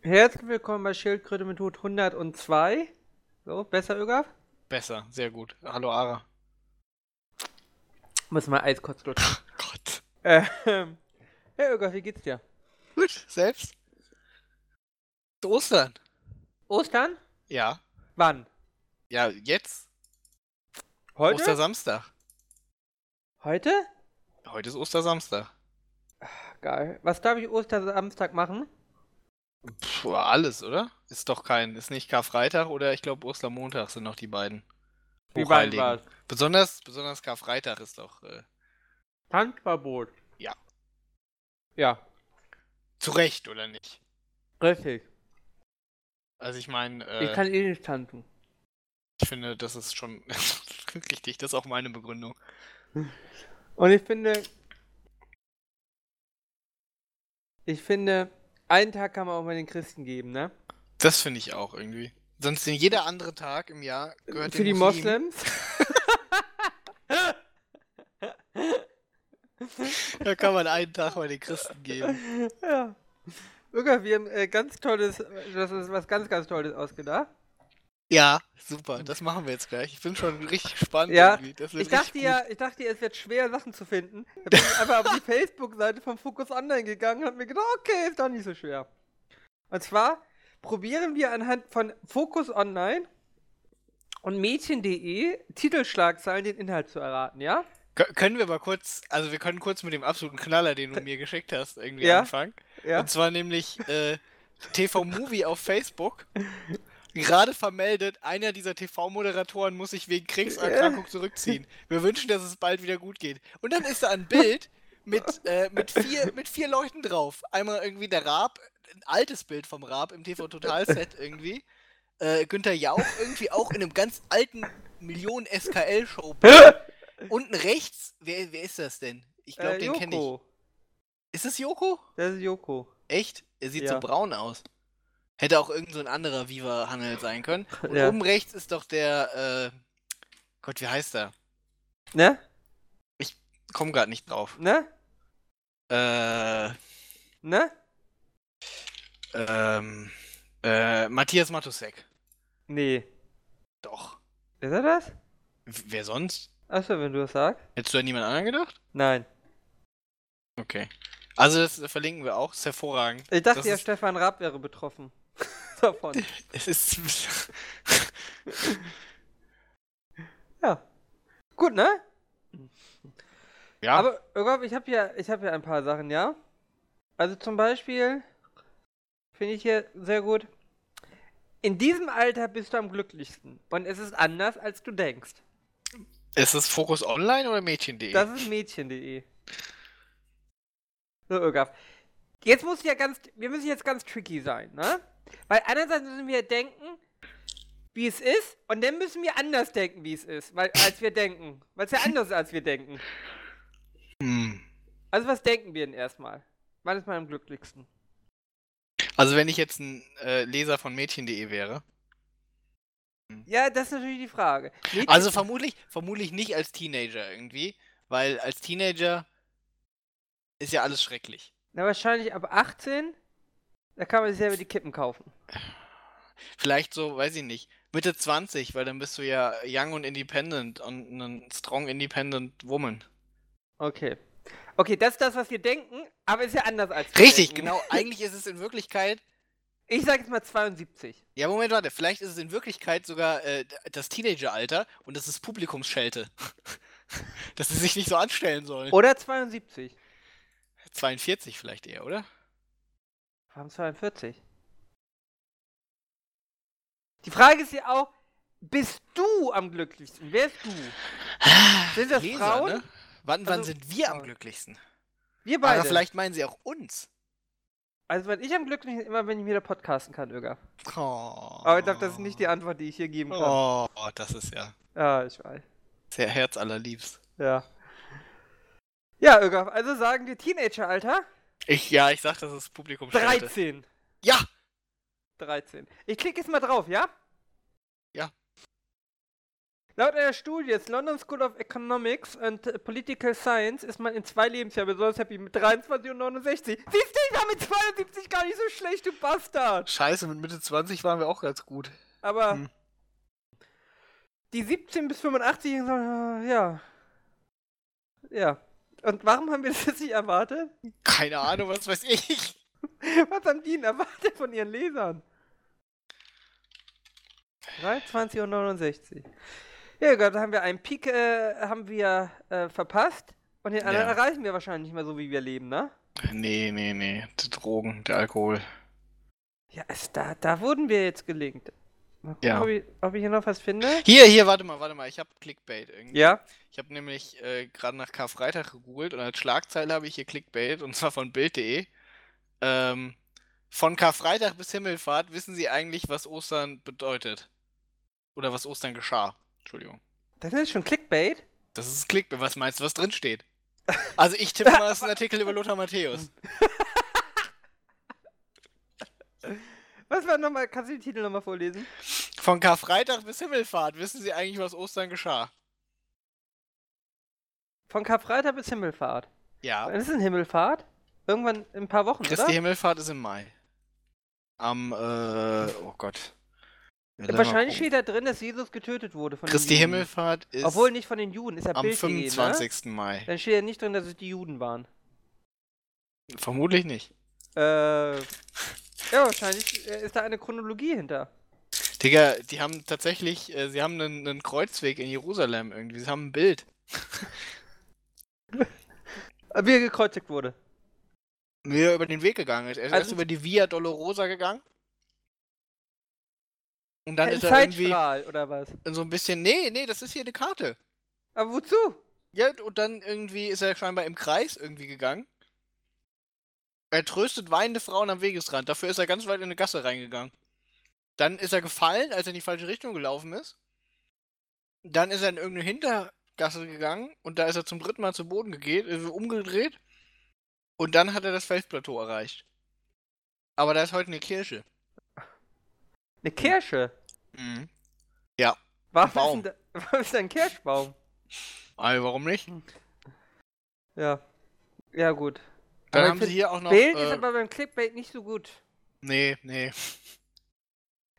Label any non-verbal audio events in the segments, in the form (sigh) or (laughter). Herzlich willkommen bei Schildkröte mit Hut 102. So, besser, Ögab? Besser, sehr gut. Hallo Ara. Muss mal Eis kurz lutschen. Gott. Ähm, ja, Ögab, wie geht's dir? Gut, selbst. Zu Ostern. Ostern? Ja. Wann? Ja, jetzt. Heute? Ostersamstag. Heute? Heute ist Ostersamstag. Geil. Was darf ich Ostersamstag machen? Pff, alles, oder? Ist doch kein, ist nicht Karfreitag oder ich glaube Ostermontag sind noch die beiden. weit Hochheiligen. Besonders, besonders Karfreitag ist doch äh, Tanzverbot. Ja. Ja, zu Recht, oder nicht? richtig. Also ich meine, Ich äh, kann eh nicht tanzen. ich finde, das ist schon (laughs) richtig, das ist auch meine Begründung. Und ich finde. Ich finde, einen Tag kann man auch mal den Christen geben, ne? Das finde ich auch irgendwie. Sonst denn jeder andere Tag im Jahr gehört Für die den Moslems? Da kann man einen Tag mal den Christen geben. ja. Luca, wir haben äh, ganz tolles, äh, das ist was ganz, ganz Tolles ausgedacht. Ja, super. Das machen wir jetzt gleich. Ich bin schon richtig gespannt. Ja, irgendwie. das wird Ich dachte richtig ja, ich dachte ja, es wird schwer, Sachen zu finden. Da bin ich einfach auf (laughs) die Facebook-Seite von Focus Online gegangen und hab mir gedacht, okay, ist doch nicht so schwer. Und zwar probieren wir anhand von Focus Online und Mädchen.de Titelschlagzeilen den Inhalt zu erraten, ja? gut. Kö- Können wir mal kurz, also wir können kurz mit dem absoluten Knaller, den du mir geschickt hast, irgendwie Ja. anfangen. Ja. Und zwar nämlich äh, TV Movie auf Facebook. Gerade vermeldet, einer dieser TV-Moderatoren muss sich wegen Krebserkrankung zurückziehen. Wir wünschen, dass es bald wieder gut geht. Und dann ist da ein Bild mit, äh, mit, vier, mit vier Leuten drauf. Einmal irgendwie der Raab, ein altes Bild vom Raab im TV-Total-Set (laughs) irgendwie. Äh, Günther Jauch irgendwie auch in einem ganz alten Millionen-SKL-Show. Äh, Unten rechts, wer, wer ist das denn? Ich glaube, äh, den kenne ich. Joko. Ist es Joko? Das ist Joko. Echt? Er sieht Ja. so braun aus. Hätte auch irgend so ein anderer Viva-Handel sein können. Und Ja. oben rechts ist doch der, äh, Gott, wie heißt der? Ne? Komm grad nicht drauf. Ne? Äh, Ne? ähm, äh, Matthias Matusek. Nee. Doch. Ist er das? W- Wer sonst? Achso, wenn du das sagst. Hättest du an niemand anderen gedacht? Nein. Okay. Also das verlinken wir auch, ist hervorragend. Ich dachte Das ja, ist- Stefan Raab wäre betroffen. (laughs) Davon. Es ist... (laughs) Ja. Gut, ne? ja, Aber Irgab, ich habe ja, ich habe ja ein paar Sachen, ja. Also zum Beispiel finde ich hier sehr gut. In diesem Alter bist du am glücklichsten und es ist anders, als du denkst. ist es Fokus Online oder Mädchen.de? Das ist Mädchen.de. So, Ögaf. Jetzt muss ja ganz, wir müssen jetzt ganz tricky sein, ne? Weil einerseits müssen wir denken, wie es ist, und dann müssen wir anders denken, wie es ist, weil, als wir denken. Weil es ja anders ist, als wir denken. Hm. Also, was denken wir denn erstmal? Wann ist man am glücklichsten? Also wenn ich jetzt ein äh, Leser von Mädchen.de wäre, Ja, das ist natürlich die Frage. Mädchen- Also vermutlich, vermutlich nicht als Teenager irgendwie, weil als Teenager ist ja alles schrecklich. Na, wahrscheinlich ab 18, da kann man sich selber die Kippen kaufen. Vielleicht so, weiß ich nicht, Mitte 20, weil dann bist du ja young und independent und ein strong independent woman. Okay. Okay, das ist das, was wir denken, aber ist ja anders als wir Richtig, denken. genau. Eigentlich ist es in Wirklichkeit, Ich sag jetzt mal 72. ja Moment, warte, vielleicht ist es in Wirklichkeit sogar äh, d- das Teenageralter und das ist Publikumsschelte. (laughs) Dass sie sich nicht so anstellen sollen. Oder 72. 42 vielleicht eher, oder? Warum 42? Die Frage ist ja auch, bist du am glücklichsten? Wer bist du? Sind das Leser, Frauen? ne? Wann, wann Also- sind wir am Frauen. glücklichsten? Wir beide. Aber vielleicht meinen sie auch uns. Also, wenn ich am glücklichsten immer, wenn ich wieder podcasten kann, Öger. Oh. Aber ich glaube, das ist nicht die Antwort, die ich hier geben kann. Oh, das ist ja Ja, ich weiß. sehr herzallerliebst. Ja. Ja, Öger, also sagen wir Teenageralter? Ich, ja, ich sag, das ist Publikum. 13. Ja! 13. Ich klicke jetzt mal drauf, ja? Ja. Laut einer Studie des London School of Economics and Political Science ist man in zwei Lebensjahren besonders happy mit 23 und 69. Siehst du, ich war mit 72 gar nicht so schlecht, du Bastard. Scheiße, mit Mitte 20 waren wir auch ganz gut. Aber Hm. die 17 bis 85, sollen, äh, ja. Ja. Und warum haben wir das jetzt nicht erwartet? Keine Ahnung, was weiß ich. (laughs) Was haben die denn erwartet von ihren Lesern? 23 und 69. Ja Gott, da haben wir einen Peak äh, haben wir äh, verpasst und den anderen Ja. erreichen wir wahrscheinlich nicht mehr so, wie wir leben, ne? Nee, nee, nee. Die Drogen, der Alkohol. Ja, ist da, da wurden wir jetzt gelinkt. Mal gucken, Ja. ob, ich, ob ich hier noch was finde. Hier, hier, warte mal, warte mal. Ich habe Clickbait irgendwie. Ja. Ich habe nämlich äh, gerade nach Karfreitag gegoogelt und als Schlagzeile habe ich hier Clickbait und zwar von Bild.de. Ähm, von Karfreitag bis Himmelfahrt wissen Sie eigentlich, was Ostern bedeutet? Oder was Ostern geschah? Entschuldigung. Das ist schon Clickbait. Das ist Clickbait. Was meinst du, was drin steht? Also ich tippe mal, es ist ein Artikel über Lothar Matthäus. Was war nochmal? Kannst du den Titel nochmal vorlesen? Von Karfreitag bis Himmelfahrt wissen Sie eigentlich, was Ostern geschah? Von Karfreitag bis Himmelfahrt. Ja. Das ist ein Himmelfahrt. Irgendwann in ein paar Wochen, Christi oder? Himmelfahrt ist im Mai. Am, äh, oh Gott. Ja, lass mal Wahrscheinlich gucken. steht da drin, dass Jesus getötet wurde von den Christi Juden. Himmelfahrt ist Obwohl nicht von den Juden, ist ja am Bild.de, 25. Ne? Mai. Dann steht ja nicht drin, dass es die Juden waren. Vermutlich nicht. Äh. Ja, wahrscheinlich äh, ist da eine Chronologie hinter. Digga, die haben tatsächlich, äh, sie haben einen, einen Kreuzweg in Jerusalem irgendwie. Sie haben ein Bild. Äh, Wie er gekreuzigt wurde. Wie er über den Weg gegangen ist. Er ist Also- erst über die Via Dolorosa gegangen. Und dann Ein ist er irgendwie Zeitstrahl oder was? so ein bisschen, nee, nee, das ist hier eine Karte. Aber wozu? Ja, und dann irgendwie ist er scheinbar im Kreis irgendwie gegangen. Er tröstet weinende Frauen am Wegesrand. Dafür ist er ganz weit in eine Gasse reingegangen. Dann ist er gefallen, als er in die falsche Richtung gelaufen ist. Dann ist er in irgendeine Hintergasse gegangen und da ist er zum dritten Mal zu Boden gegeht, äh, umgedreht. Und dann hat er das Felsplateau erreicht. Aber da ist heute eine Kirche. Eine Kirsche. Mhm. Warum, Baum. Ist denn da, (laughs) warum ist da ein Kirschbaum? Also warum Hm. nicht? Ja. Ja, gut. Dann Aber haben ich sie find- hier auch noch. Bild äh, ist aber beim Clickbait nicht so gut. nee, nee. (laughs)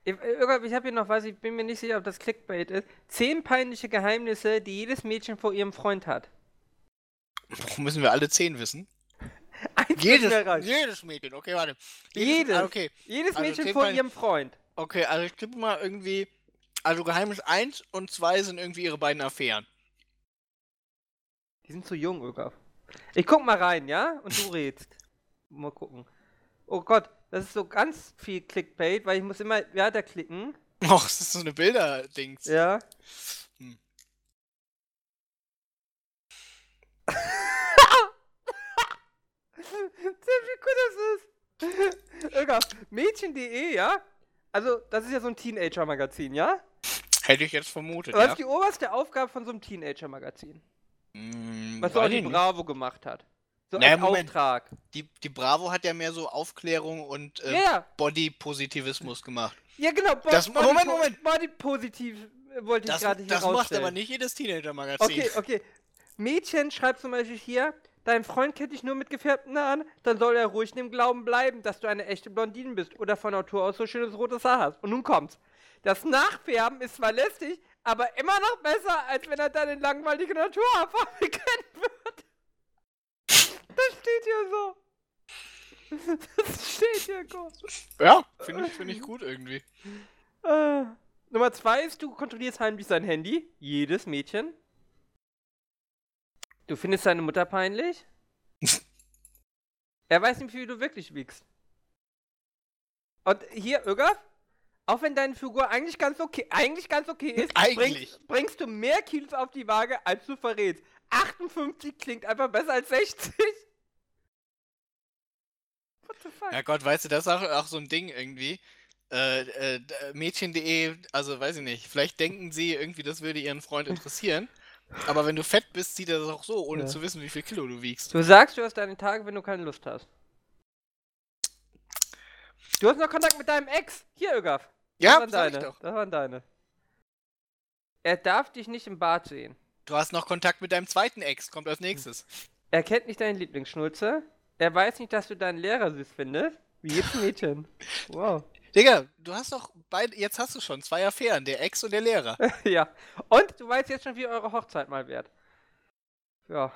Ich, äh, irgendwann- ich habe hier noch was, ich bin mir nicht sicher, ob das Clickbait ist. Zehn peinliche Geheimnisse, die jedes Mädchen vor ihrem Freund hat. (laughs) Warum müssen wir alle zehn wissen? Eins müssen (laughs) Jedes, wir erreichen. jedes Mädchen, okay, warte. Jedes. Ah, okay, Jedes Also Mädchen zehn vor Pein- ihrem Freund. okay, also ich tippe mal irgendwie. Also Geheimnis 1 und 2 sind irgendwie ihre beiden Affären. (laughs) Die sind zu jung, Ögaf. Ich guck mal rein, ja? Und du redst. Mal gucken. Oh Gott, das ist so ganz viel Clickbait, weil ich muss immer weiterklicken. Och, das ist so eine Bilder-Dings. Ja. (laughs) Hm. Sehr wie cool das ist. Ögaf, Mädchen.de, ja? Also, das ist ja so ein Teenager-Magazin, ja? Hätte ich jetzt vermutet, Was ja. ist die oberste Aufgabe von so einem Teenager-Magazin? Hm, Was so auch weiß die ich nicht. Bravo gemacht hat. So Naja, als Moment. Auftrag. die, die Bravo hat ja mehr so Aufklärung und Ja, äh, ja. Body-Positivismus gemacht. Ja, genau. Bo Das- Moment, po- Moment. Body positiv äh, wollte ich Das, gerade hier das macht rausstellen. aber nicht jedes Teenager-Magazin. Okay, okay. Mädchen schreibt zum Beispiel hier, dein Freund kennt dich nur mit gefärbten Haaren, dann soll er ruhig in dem Glauben bleiben, dass du eine echte Blondine bist oder von Natur aus so schönes rotes Haar hast. Und nun kommt's. Das Nachfärben ist zwar lästig, aber immer noch besser, als wenn er deine langweilige Naturhaarfarbe (laughs) kennt wird. Das steht hier so. (laughs) Das steht hier, Gott. Ja, finde ich, find ich gut irgendwie. Äh, Nummer zwei ist, du kontrollierst heimlich sein Handy. Jedes Mädchen. Du findest deine Mutter peinlich. er weiß nicht, wie viel du wirklich wiegst. Und hier, Öger, auch wenn deine Figur eigentlich ganz okay, eigentlich ganz okay ist, Eigentlich. Bringst, bringst du mehr Kilos auf die Waage, als du verrätst. 58 klingt einfach besser als 60. What the fuck? Ja Gott, weißt du, das ist auch, auch so ein Ding irgendwie. Äh, äh, d- äh, Mädchen.de, also weiß ich nicht, vielleicht denken sie irgendwie, das würde ihren Freund interessieren. Aber wenn du fett bist, sieht er das auch so, ohne Ja. zu wissen, wie viel Kilo du wiegst. Du sagst, du hast deine Tage, wenn du keine Lust hast. Du hast noch Kontakt mit deinem Ex. Hier, Ögaf. Ja, das waren sag ich deine. doch. Das waren deine. Er darf dich nicht im Bad sehen. Du hast noch Kontakt mit deinem zweiten Ex, kommt Hm. als nächstes. Er kennt nicht deinen Lieblingsschnulze. Er weiß nicht, dass du deinen Lehrer süß findest. Wie jedes (laughs) Mädchen. Wow. Digga, du hast doch beide, jetzt hast du schon zwei Affären, der Ex und (laughs) der Lehrer. ja. Und du weißt jetzt schon, wie eure Hochzeit mal wird. Ja.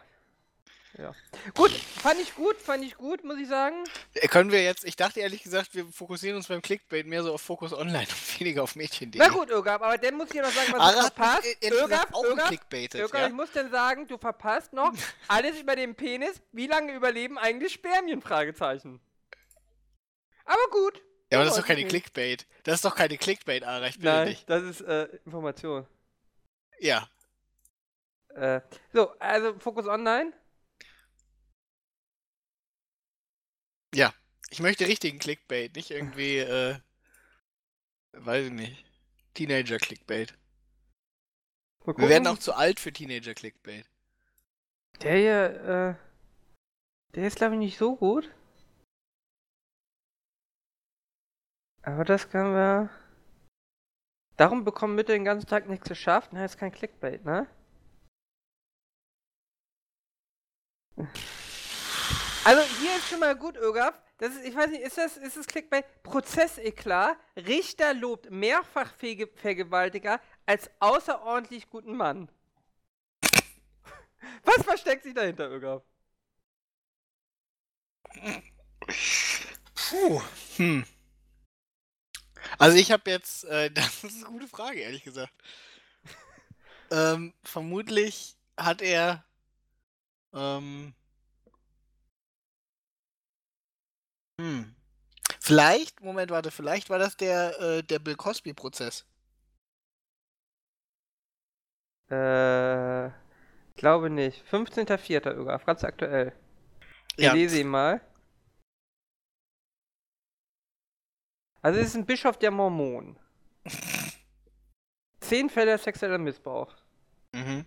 Ja. Gut, fand ich gut, fand ich gut, muss ich sagen. Äh, Können wir jetzt, ich dachte ehrlich gesagt, wir fokussieren uns beim Clickbait mehr so auf Fokus Online und (laughs) weniger auf Mädchen.de. Na gut, also Irgab, aber dann muss ich dir noch sagen, was du Ara hat verpasst. mich, äh, ehrlich Irgab, gesagt auch Irgab, geclickbaitet, Irgab, ja. ich muss denn sagen, du verpasst (laughs) noch alles über den Penis. Wie lange überleben eigentlich Spermien? Fragezeichen. Aber gut. Ja, aber das ist doch keine Okay. Clickbait. Das ist doch keine Clickbait, Ara, ich bitte Nein, dich. das ist äh, Information. Ja. Äh, so, also Fokus Online. Ich möchte richtigen Clickbait, nicht irgendwie, äh, weiß ich nicht. Teenager-Clickbait. Mal Wir werden gucken. auch zu alt für Teenager-Clickbait. Der hier, äh, der ist glaube ich nicht so gut. Aber das können wir. Darum bekommen Mütter den ganzen Tag nichts geschafft. Na, ist kein Clickbait, ne? Also hier ist schon mal gut, Ögaf. Das ist, ich weiß nicht, ist das, ist das Clickbait? Prozesseklar. Richter lobt mehrfach Verge- Vergewaltiger als außerordentlich guten Mann. Was versteckt sich dahinter, Ögaf? Puh. Hm. Also ich habe jetzt, äh, (laughs) das ist eine gute Frage, ehrlich gesagt. ähm, vermutlich hat er, ähm, hm. Vielleicht, Moment, warte, vielleicht war das der, äh, der Bill Cosby-Prozess. Äh, glaube nicht. 15.04. Ögaf, ganz aktuell. Ich lese ihn mal. Also es ist ein Bischof der Mormonen. Zehn Fälle sexueller Missbrauch. Mhm.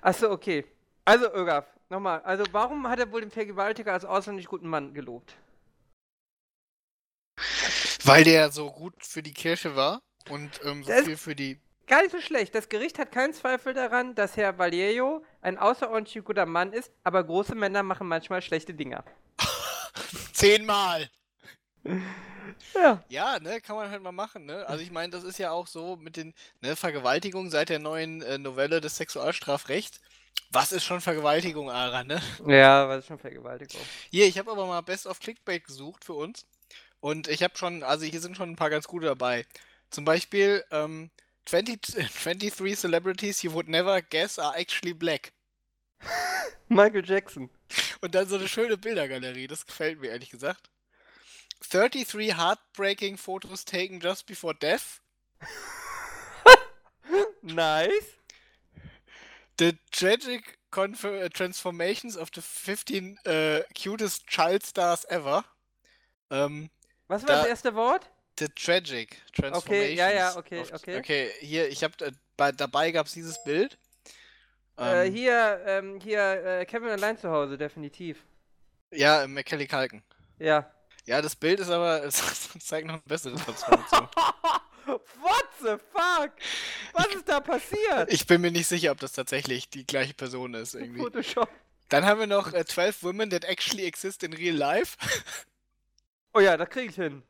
Achso, okay. Also, Ögaf, nochmal. Also, warum hat er wohl den Vergewaltiger als ausländisch guten Mann gelobt? Weil der so gut für die Kirche war und ähm, so Das- viel für die. (laughs) Gar nicht so schlecht. Das Gericht hat keinen Zweifel daran, dass Herr Valerio ein außerordentlich guter Mann ist, aber große Männer machen manchmal schlechte Dinger. Zehnmal! Ja. Ja, ne, kann man halt mal machen, ne? Also ich meine, das ist ja auch so mit den, ne, Vergewaltigung seit der neuen äh, Novelle des Sexualstrafrechts. Was ist schon Vergewaltigung, Ara, ne? Ja, was ist schon Vergewaltigung? Hier, ich habe aber mal Best of Clickbait gesucht für uns. Und ich habe schon, also hier sind schon ein paar ganz gute dabei. Zum Beispiel, ähm, (laughs) 20, 23 Celebrities You Would Never Guess Are Actually Black. Michael Jackson. Und dann so eine schöne Bildergalerie, das gefällt mir ehrlich gesagt. 33 Heartbreaking Photos Taken Just Before Death. Nice. The tragic conf- uh, transformations of the 15 uh, cutest child stars ever. Ähm, Was war Da- das erste Wort? the tragic transformations. Okay, ja, ja, okay, of- okay. Okay, hier, ich habe dabei gab es dieses Bild. äh, Ähm, hier, ähm, hier, äh, Kevin allein zu Hause, definitiv. Ja, äh, Macaulay Culkin. Ja. Ja, das Bild ist aber (laughs) es zeigt noch eine bessere (laughs) Transformation. (laughs) What the fuck? Was ist da passiert? ich bin mir nicht sicher, ob das tatsächlich die gleiche Person ist irgendwie. Photoshop. Dann haben wir noch äh, 12 Women that actually exist in real life. Oh ja, das krieg ich hin.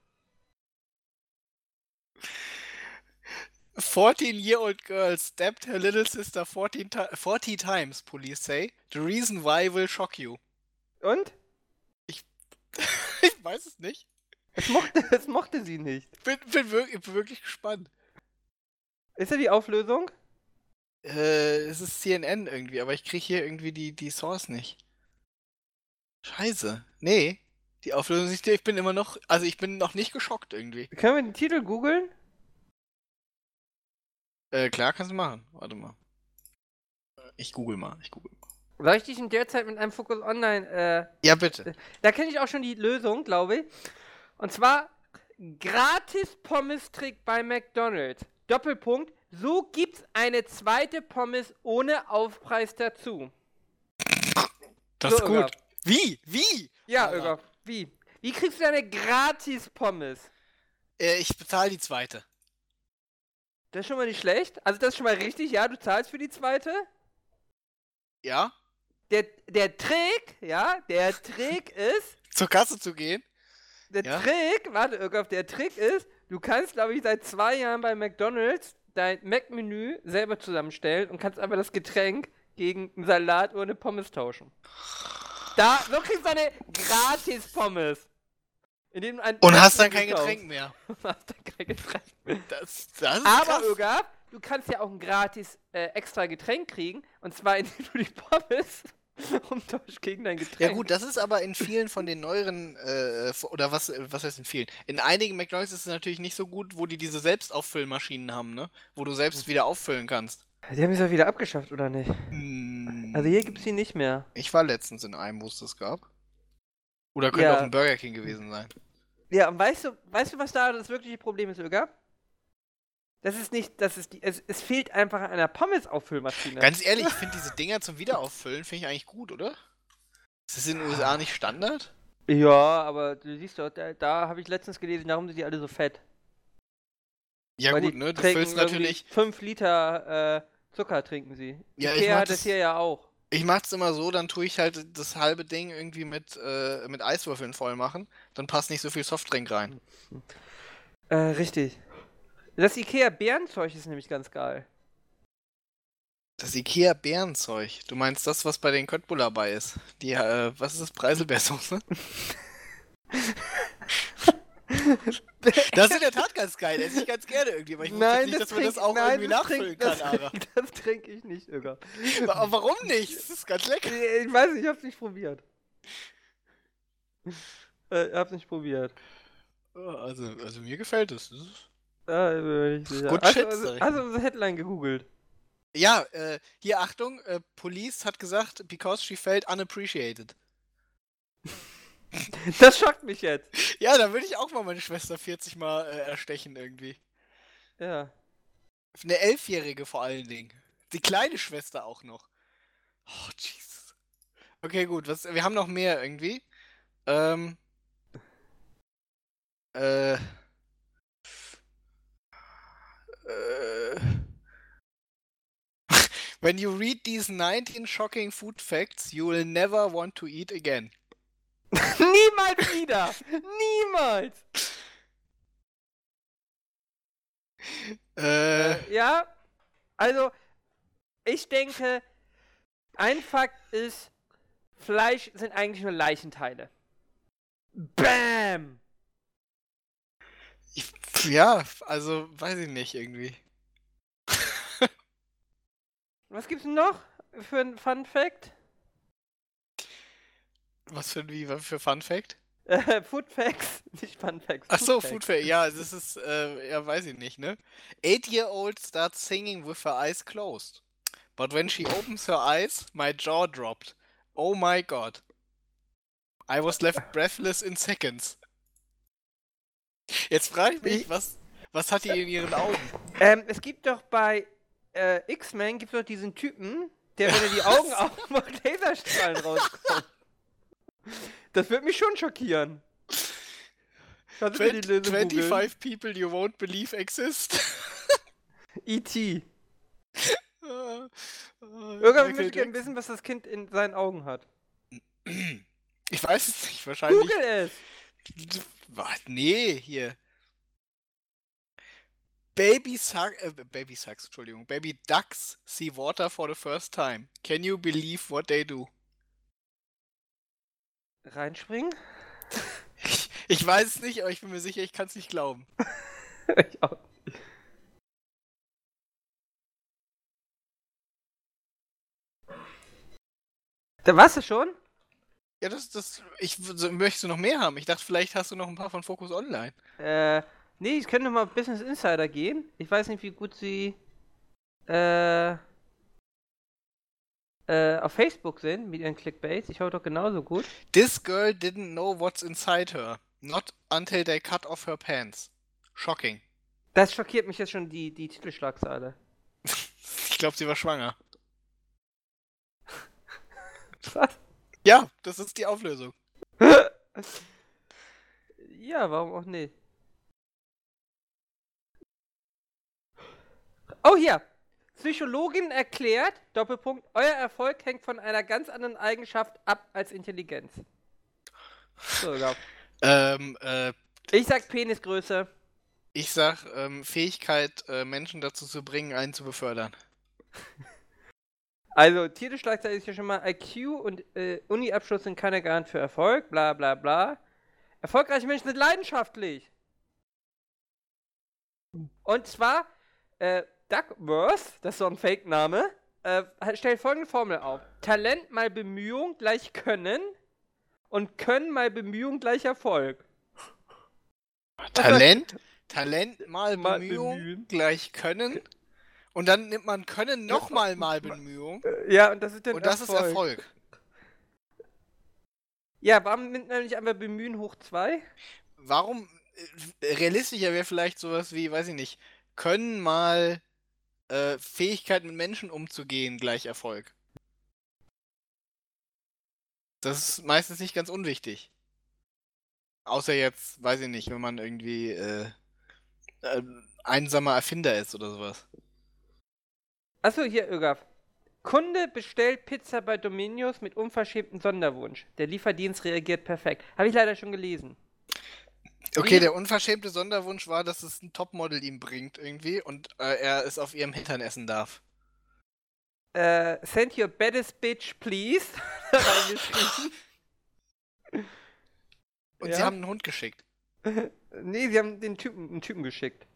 14 year old girl stabbed her little sister 14 ti 40 times, police say. The reason why will shock you. (laughs) Und? ich weiß es nicht. Es mochte, (laughs) es mochte sie nicht. Bin, bin, wirklich, bin wirklich gespannt. Ist ja die Auflösung? Äh, es ist CNN irgendwie, aber ich kriege hier irgendwie die, die Source nicht. Scheiße. Nee. Die Auflösung ist nicht, ich bin immer noch, also ich bin noch nicht geschockt irgendwie. Können wir den Titel googeln? Äh, klar, kannst du machen. Warte mal. Ich google mal, ich google mal. Soll ich dich in der Zeit mit einem Focus Online äh, Ja, bitte. Da kenne ich auch schon die Lösung, glaube ich. Und zwar gratis Pommes-Trick bei McDonald's. Doppelpunkt. So gibt's eine zweite Pommes ohne Aufpreis dazu. Das ist So, gut. Irga. Wie? Wie? Ja, Ja. Öger, wie? Wie kriegst du eine gratis Pommes? Äh, ich bezahle die zweite. Das ist schon mal nicht schlecht. Also das ist schon mal richtig. Ja, du zahlst für die zweite. Ja? Der, der Trick, ja, der Trick ist, Zur Kasse zu gehen? der Ja. Trick, warte, Irgolf, der Trick ist, du kannst, glaube ich, seit zwei Jahren bei McDonalds dein Mac-Menü selber zusammenstellen und kannst einfach das Getränk gegen einen Salat oder eine Pommes tauschen. Da, so kriegst du eine Gratis-Pommes. indem du ein Und hast dann kein Mac-Menü Getränk mehr. kaufst. Und (laughs) hast dann kein Getränk. Das, das ist Aber, krass. Ögab, du kannst ja auch ein gratis äh, extra Getränk kriegen. Und zwar, (laughs) indem du die Pommes (laughs) umtauschst gegen dein Getränk. Ja gut, das ist aber in vielen von den neueren, äh, vo- oder was, äh, was heißt in vielen? In einigen McDonalds ist es natürlich nicht so gut, wo die diese Selbstauffüllmaschinen haben, ne? Wo du selbst wieder auffüllen kannst. Die haben es ja wieder abgeschafft, oder nicht? Hm, Also hier gibt es die nicht mehr. Ich war letztens in einem, wo es das gab. Oder könnte Ja. auch ein Burger King gewesen sein. Ja, und weißt du, weißt du, was da das wirkliche Problem ist, Ögab? Das ist nicht, das ist die, es, es fehlt einfach an einer Pommes-Auffüllmaschine. Ganz ehrlich, ich finde diese Dinger zum Wiederauffüllen, finde ich eigentlich gut, oder? Ist das in den USA nicht Standard? ja, aber du siehst doch, da, da habe ich letztens gelesen, darum sind die alle so fett. Ja Weil gut, die ne? Du trinken füllst irgendwie natürlich... Fünf Liter äh, Zucker trinken sie. Ja, ich Ikea mach hat das das- hier ja auch. Ich mach's immer so, dann tue ich halt das halbe Ding irgendwie mit, äh, mit Eiswürfeln voll machen. Dann passt nicht so viel Softdrink rein. Äh, richtig. Das Ikea-Bärenzeug ist nämlich ganz geil. Das Ikea-Bärenzeug. Du meinst das, was bei den Köttbullar bei ist? Die, äh, was ist das? (laughs) Preiselbeersoße? Das ist in der Tat ganz geil. Esse ich ganz gerne irgendwie. Aber ich wusste jetzt nicht, dass man das trink- auch nein, irgendwie das trink- nachfüllen (laughs) kann, das, aber. trink- Das trinke ich nicht, Irga. Wa- Warum nicht? Das ist ganz (laughs) lecker. Ich weiß nicht, ich hab's nicht probiert. Äh, ich hab's nicht probiert. Also, also mir gefällt es. Das ist- Äh, bin mir nicht sicher. Good hast, shit, du- also, sag ich hast du unsere Headline gegoogelt? (laughs) Ja, äh, hier Achtung, äh, Police hat gesagt, because she felt unappreciated. Das schockt mich jetzt. Ja, da würde ich auch mal meine Schwester 40 Mal äh, erstechen irgendwie. (laughs) Ja. Eine Elfjährige vor allen Dingen. Die kleine Schwester auch noch. Oh, Jesus. Okay, gut. Was, wir haben noch mehr irgendwie. Ähm. Äh. Äh. (laughs) When you read these 19 shocking food facts, you will never want to eat again. Niemals wieder! Niemals! Äh. Äh, ja, also ich denke, ein Fakt ist, Fleisch sind eigentlich nur Leichenteile. Bam! Ich, pf, ja, also weiß ich nicht irgendwie. Was gibt's noch für ein Fun Fact? (laughs) Was für ein wie, was für Fun Fact? Äh, Food Facts, nicht Fun Facts. Ach so, Facts. Food Fact. Ja, das ist, äh, ja, weiß ich nicht, ne? Eight-year-old starts singing with her eyes closed. But when she opens her eyes, my jaw dropped. Oh my god. I (laughs) was left breathless in seconds. Jetzt frage ich mich, was, was hat die in ihren Augen? (laughs) Ähm, es gibt doch bei äh, X-Men gibt doch diesen Typen, der, wenn er die (laughs) Augen aufmacht, Laserstrahlen rauskommen. Das würde mich schon schockieren. Kannst du mir die Lösung googeln? 25 people you won't believe exist. (laughs) E E.T. Irgendwann Irgendwann möchte ich gerne wissen, was das Kind in seinen Augen hat. Ich weiß es nicht, wahrscheinlich. Google es! Was? Nee, hier. Baby Suck, äh, Baby Sucks, Entschuldigung. Baby Ducks see water for the first time. Can you believe what they do? Reinspringen? (laughs) Ich, ich weiß es nicht, aber ich bin mir sicher, ich kann es nicht glauben. ich auch. Da warst du schon? Ja, das, das, ich w- so, möchtest du noch mehr haben. Ich dachte, vielleicht hast du noch ein paar von Focus Online. Äh, nee, ich könnte mal auf Business Insider gehen. Ich weiß nicht, wie gut sie äh, äh, auf Facebook sind mit ihren Clickbaits. Ich hoffe doch genauso gut. This girl didn't know what's inside her. Not until they cut off her pants. Shocking. Das schockiert mich jetzt schon die, die Titelschlagzeile. Ich glaube, sie war schwanger. Was? Ja, das ist die Auflösung. Ja, warum auch nicht? Oh, hier. Psychologin erklärt, Doppelpunkt, euer Erfolg hängt von einer ganz anderen Eigenschaft ab als Intelligenz. So, ja. Ähm, äh, Ich sag Penisgröße. ich sag, ähm, Fähigkeit, äh, Menschen dazu zu bringen, einen zu befördern. Also, Titelschlagzeile ist ja schon mal IQ und äh, Uni-Abschluss sind keine Garant für Erfolg, bla bla bla. Erfolgreiche Menschen sind leidenschaftlich. Und zwar, äh, Duckworth, das ist so ein Fake-Name, äh, hat- stellt folgende Formel auf. Talent mal Bemühung gleich Können und Können mal Bemühung gleich Erfolg. Talent, Talent mal Mal Bemühung, bemühen. gleich Können. Und dann nimmt man Können nochmal mal Bemühung. Äh, Ja, und das ist dann Und das ist Erfolg. Ja, warum nimmt man nicht einfach Bemühen hoch 2? Warum, äh, realistischer wäre vielleicht sowas wie, weiß ich nicht, Können mal äh, Fähigkeit mit Menschen umzugehen, gleich Erfolg. Das ist meistens nicht ganz unwichtig. Außer jetzt, weiß ich nicht, wenn man irgendwie äh, äh, einsamer Erfinder ist oder sowas. Achso, hier, Ögaf. Kunde bestellt Pizza bei Dominios mit unverschämtem Sonderwunsch. Der Lieferdienst reagiert perfekt. Habe ich leider schon gelesen. Okay, Wie- der unverschämte Sonderwunsch war, dass es ein Topmodel ihm bringt irgendwie und äh, er es auf ihrem Hintern essen darf. Äh, send your baddest bitch, please. (laughs) Reingeschrieben. Und Ja. sie haben einen Hund geschickt. nee, sie haben den Typen, einen Typen geschickt.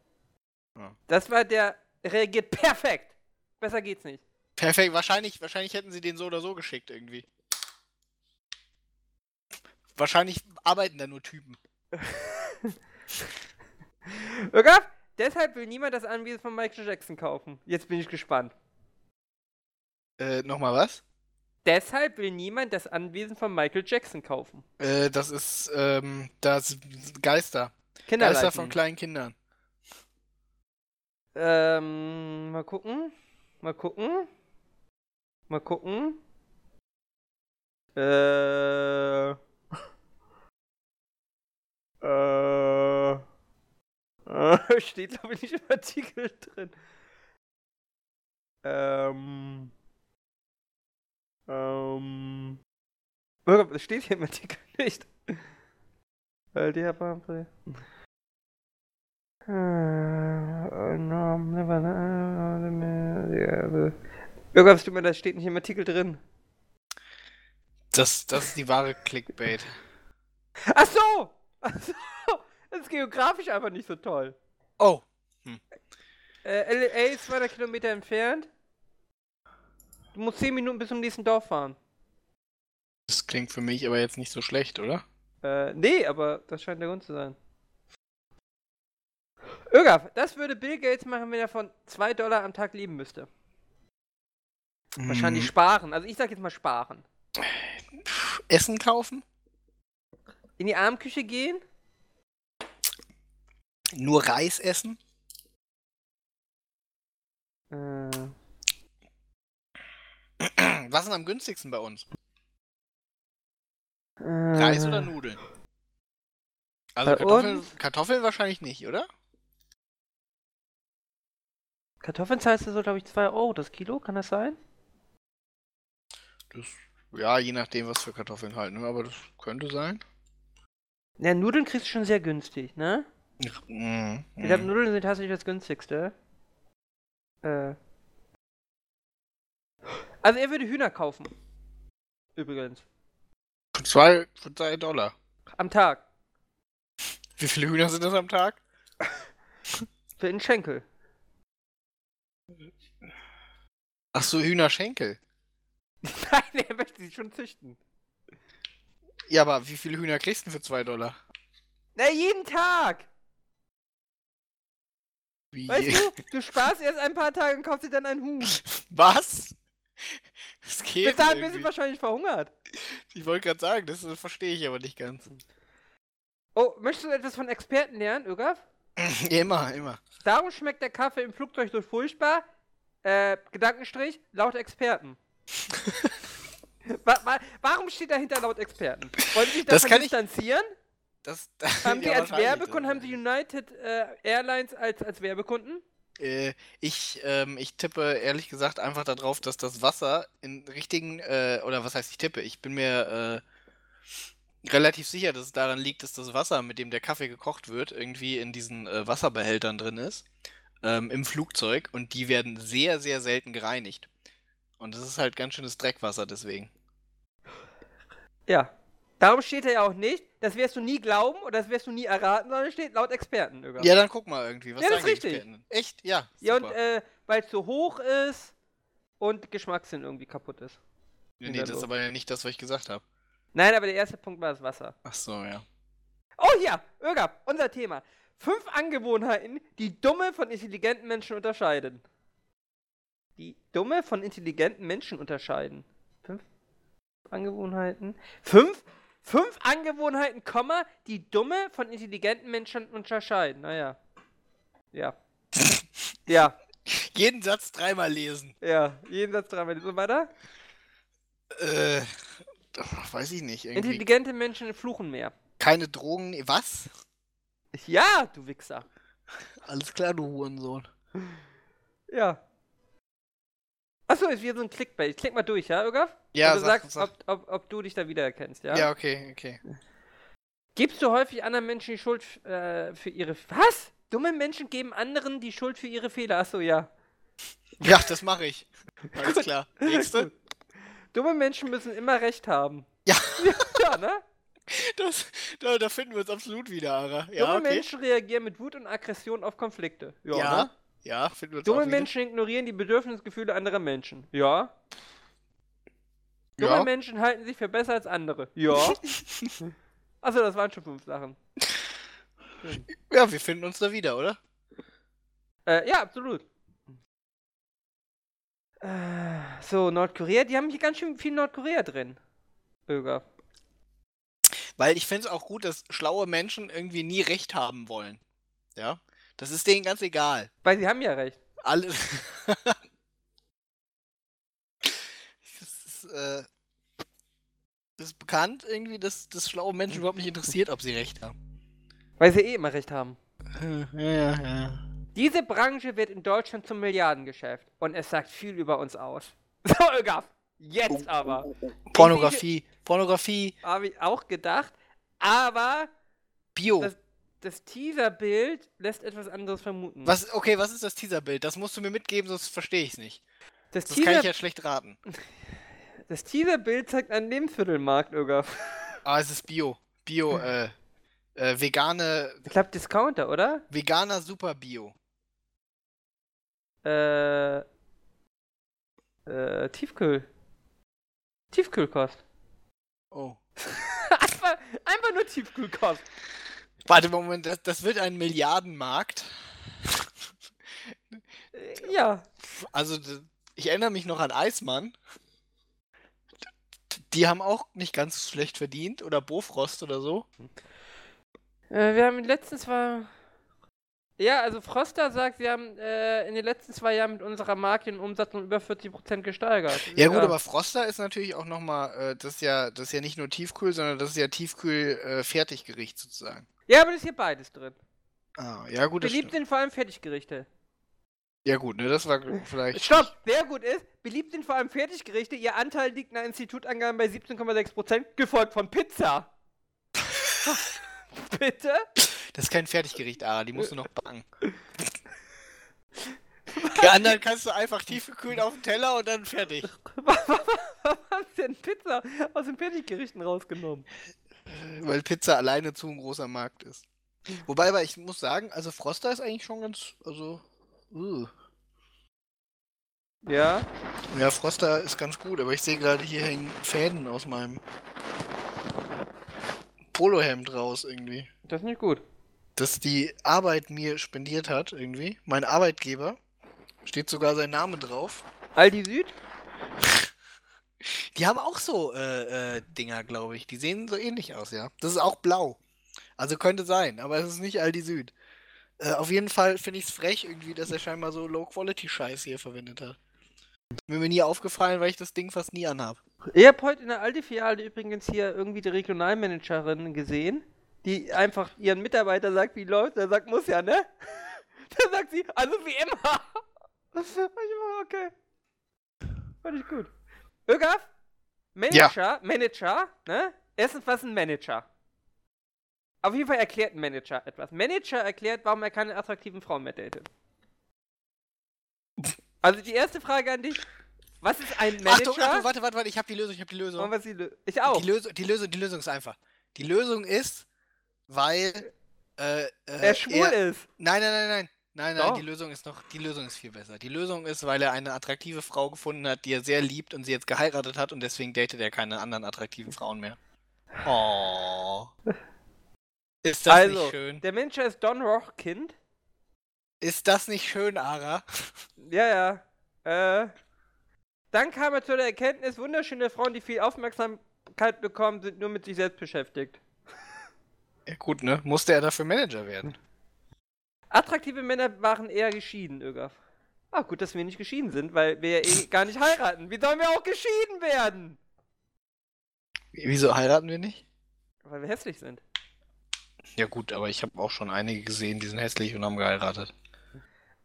Ja. Das war der, reagiert perfekt. Besser geht's nicht. Perfekt, wahrscheinlich, wahrscheinlich hätten sie den so oder so geschickt irgendwie. Wahrscheinlich arbeiten da nur Typen. Ögaf, deshalb will niemand das Anwesen von Michael Jackson kaufen. Jetzt bin ich gespannt. Äh, nochmal was? Deshalb will niemand das Anwesen von Michael Jackson kaufen. Äh, das ist, ähm, das Geister. Geister Kinderleichen. von kleinen Kindern. Ähm, mal gucken. Mal gucken. Mal gucken. Äh. Äh. äh (laughs) steht, glaube ich, nicht im Artikel drin. Ähm. Ähm. Oh Gott, das steht hier im Artikel nicht. Weil die haben. Äh, äh, no, never, never, never. Irgendwas stimmt mir, das steht nicht im Artikel drin. Das, das ist die wahre Clickbait. Ach so! Ach so! (laughs) Das ist geografisch einfach nicht so toll. Oh, Äh, LA ist 200 Kilometer entfernt. Du musst 10 Minuten bis zum nächsten Dorf fahren. das klingt für mich aber jetzt nicht so schlecht, oder? Äh, nee, aber das scheint der Grund zu sein. Irgendwas, das würde Bill Gates machen, wenn er von 2 Dollar am Tag leben müsste. Wahrscheinlich Hm, sparen. Also ich sag jetzt mal sparen. Mm. Essen kaufen? In die Armküche gehen, Nur Reis essen? Äh, (clears throat) Was ist denn am günstigsten bei uns? Reis oder äh, Nudeln? Also Bei Kartoffeln, uns? Kartoffeln wahrscheinlich nicht, oder? Kartoffeln zahlst du so, glaube ich, 2 Euro das Kilo, kann das sein? Das, ja, je nachdem, was für Kartoffeln halt, ne? Aber das könnte sein. Ja, Nudeln kriegst du schon sehr günstig, ne? Mhm. Ich glaube, Nudeln sind tatsächlich das günstigste. Äh. Also er würde Hühner kaufen. Übrigens. Für Mhm. zwei, für zwei Dollar. Am Tag. Wie viele Hühner sind das am Tag? Für den Schenkel. (laughs) Ach so, Hühnerschenkel. Nein, er möchte sie schon züchten. Ja, aber wie viele Hühner kriegst du für zwei Dollar? Na, jeden Tag! Wie? Weißt du, du sparst erst ein paar Tage und kaufst dir dann ein Huhn. (laughs) Was? Das geht. Bis dahin bist du irgendwie. wahrscheinlich verhungert. Ich wollte gerade sagen, das äh, verstehe ich aber nicht ganz. Oh, möchtest du etwas von Experten lernen, Ögaf? immer, immer. Darum schmeckt der Kaffee im Flugzeug so furchtbar. Äh, Gedankenstrich, laut (laughs) Experten. wa wa warum steht dahinter laut Experten? Wollen Sie sich Das davon kann ich- distanzieren? Das, (laughs) Haben die ja, als wahrscheinlich, Werbekunden, das- haben die United äh, Airlines als, als Werbekunden? Äh, ich, ähm, ich tippe ehrlich gesagt einfach darauf, dass das Wasser in richtigen, äh, oder was heißt ich tippe? Ich bin mir äh, relativ sicher, dass es daran liegt, dass das Wasser, mit dem der Kaffee gekocht wird, irgendwie in diesen äh, Wasserbehältern drin ist, ähm, im Flugzeug und die werden sehr, sehr selten gereinigt. Und das ist halt ganz schönes Dreckwasser deswegen. Ja. Darum steht da ja auch nicht, das wirst du nie glauben oder das wirst du nie erraten, sondern steht laut Experten. Digga. Ja, dann guck mal irgendwie, was Ja, das sagen die ist richtig. Experten? Echt? Ja. Ja, und super. äh, weil es zu hoch ist und Geschmackssinn irgendwie kaputt ist. nee, nee, das ist aber ja nicht das, was ich gesagt habe. Nein, aber der erste Punkt war das Wasser. Ach so, ja. Oh ja, Irga, unser Thema. Fünf Angewohnheiten, die Dumme von intelligenten Menschen unterscheiden. Die Dumme von intelligenten Menschen unterscheiden. Fünf Angewohnheiten. Fünf? Fünf Angewohnheiten, Komma, die Dumme von intelligenten Menschen unterscheiden. Naja. Ja. Ja, Jeden Satz dreimal lesen. ja. Jeden Satz dreimal. So weiter. Äh, ach, weiß ich nicht. Irgendwie Intelligente Menschen fluchen mehr. keine Drogen. Was? Ja, du Wichser. Alles klar, du Hurensohn. Ja. Achso, ist wieder so ein Clickbait. Klick mal durch, ja, Ögaf? Ja, Und du sag- sagst, sag. Ob, ob, ob du dich da wiedererkennst, ja? Ja, okay, okay. Gibst du häufig anderen Menschen die Schuld äh, für ihre. Was? Dumme Menschen geben anderen die Schuld für ihre Fehler. Achso, ja. (laughs) Ja, das mache ich. Alles klar. Nächste. Dumme Menschen müssen immer recht haben. (laughs) Ja. Ja, (laughs) ja ne? Das, da, da finden wir uns absolut wieder, Ara. Ja, Dumme okay. Menschen reagieren mit Wut und Aggression auf Konflikte. Ja. Ja, Ne? ja, finden wir uns auch Dumme wieder. Menschen ignorieren die Bedürfnisgefühle anderer Menschen. Ja. Dumme Ja. Menschen halten sich für besser als andere. (laughs) Ja. Achso, das waren schon fünf Sachen. ja, wir finden uns da wieder, oder? Äh, ja, absolut. Äh, so, Nordkorea, die haben hier ganz schön viel Nordkorea drin. Öger. Weil ich find's auch gut, dass schlaue Menschen irgendwie nie recht haben wollen. Ja? Das ist denen ganz egal. Weil sie haben ja recht. Alle. (laughs) das, ist, äh, das ist bekannt irgendwie, dass das schlaue Menschen überhaupt nicht interessiert, ob sie recht haben. Weil sie eh immer recht haben. Ja, Äh, ja, ja. Diese Branche wird in Deutschland zum Milliardengeschäft. Und es sagt viel über uns aus. (laughs) So, Öger. Jetzt aber. Pornografie, Pornografie, Habe ich auch gedacht. Aber Bio. das, das Teaserbild lässt etwas anderes vermuten. was, okay, was ist das Teaserbild? Das musst du mir mitgeben, sonst verstehe ich nicht. Das, Das kann Teaser, ich ja schlecht raten. das Teaserbild zeigt einen Lebensmittelmarkt, Öger. Ah, es ist Bio. Hm. Bio, äh, äh vegane, (laughs) Ich glaube, Discounter, oder? veganer Super Bio. Äh. Äh, Tiefkühl. Tiefkühlkost. Oh. (laughs) einfach, einfach nur Tiefkühlkost. Warte, Moment, das, das wird ein Milliardenmarkt. (laughs) Äh, Ja. Also, d- ich erinnere mich noch an Eismann. D- Die haben auch nicht ganz schlecht verdient. Oder Bofrost oder so. Äh, wir haben letztens war. Ja, also Froster sagt, sie haben äh, in den letzten zwei Jahren mit unserer Marke den Umsatz um über 40% gesteigert. Ja, gut, aber Froster ist natürlich auch nochmal, äh, das, ist ja, das ist ja nicht nur Tiefkühl, sondern das ist ja Tiefkühl-Fertiggericht sozusagen. Ja, aber das ist hier beides drin. Ah, ja, gut, das Beliebt stimmt. sind vor allem Fertiggerichte. Ja, gut, ne, das war gl- vielleicht. Stopp! Sehr gut ist, beliebt sind vor allem Fertiggerichte. Ihr Anteil liegt nach Institutangaben bei 17,6%, gefolgt von (laughs) Pizza. Bitte? Das ist kein Fertiggericht, Ara, die musst du noch (laughs) backen. Die anderen kannst du einfach tiefgekühlt auf den Teller und dann fertig. (laughs) Warum haben sie denn Pizza aus den Fertiggerichten rausgenommen? Weil Pizza alleine zu ein großer Markt ist. Wobei, aber ich muss sagen, also Froster ist eigentlich schon ganz, also, uh. Ja. ja, Froster ist ganz gut, aber ich sehe gerade hier hängen Fäden aus meinem Polohemd raus irgendwie. Das ist nicht gut. Dass die Arbeit mir spendiert hat irgendwie, mein Arbeitgeber, steht sogar sein Name drauf. Aldi Süd? Die haben auch so äh, äh, Dinger, glaube ich. Die sehen so ähnlich aus, ja. Das ist auch blau. Also könnte sein, aber es ist nicht Aldi Süd. Äh, auf jeden Fall finde ich es frech irgendwie, dass er scheinbar so Low-Quality-Scheiß hier verwendet hat. Mir mir nie aufgefallen, weil ich das Ding fast nie anhab. Ich habe heute in der Aldi-Filiale übrigens hier irgendwie die Regionalmanagerin gesehen, die einfach ihren Mitarbeiter sagt, wie läuft. Er sagt, muss ja, ne? (laughs) Dann sagt sie, also wie immer. (laughs) ich war okay. Fand ich gut. Ögaf, Manager, Manager, ne? Erstens, was ist ein Manager? Auf jeden Fall erklärt ein Manager etwas. Manager erklärt, warum er keine attraktiven Frauen mehr (laughs) datet. Also die erste Frage an dich. Was ist ein Manager? Achtung, Achtung, warte, warte, warte, ich habe die Lösung, ich habe die Lösung. Und was die Lö- ich auch. Die, Lösung die, Lösung, die Lösung ist einfach. Die Lösung ist, weil äh, äh, er schwul ist. Nein, nein, nein, nein. Nein, nein, Doch. die Lösung ist noch, die Lösung ist viel besser. Die Lösung ist, weil er eine attraktive Frau gefunden hat, die er sehr liebt und sie jetzt geheiratet hat und deswegen datet er keine anderen attraktiven Frauen mehr. Oh. Ist das also, nicht schön? der Manager ist Don Rochkind. Ist das nicht schön, Ara? Ja, ja. Äh, dann kam er zu der Erkenntnis, wunderschöne Frauen, die viel Aufmerksamkeit bekommen, sind nur mit sich selbst beschäftigt. Ja, gut, ne? Musste er dafür Manager werden? Attraktive Männer waren eher geschieden, Ögaf. Ah, gut, dass wir nicht geschieden sind, weil wir ja eh gar nicht heiraten. Wie sollen wir auch geschieden werden? Wieso heiraten wir nicht? Weil wir hässlich sind. Ja gut, aber ich habe auch schon einige gesehen, die sind hässlich und haben geheiratet.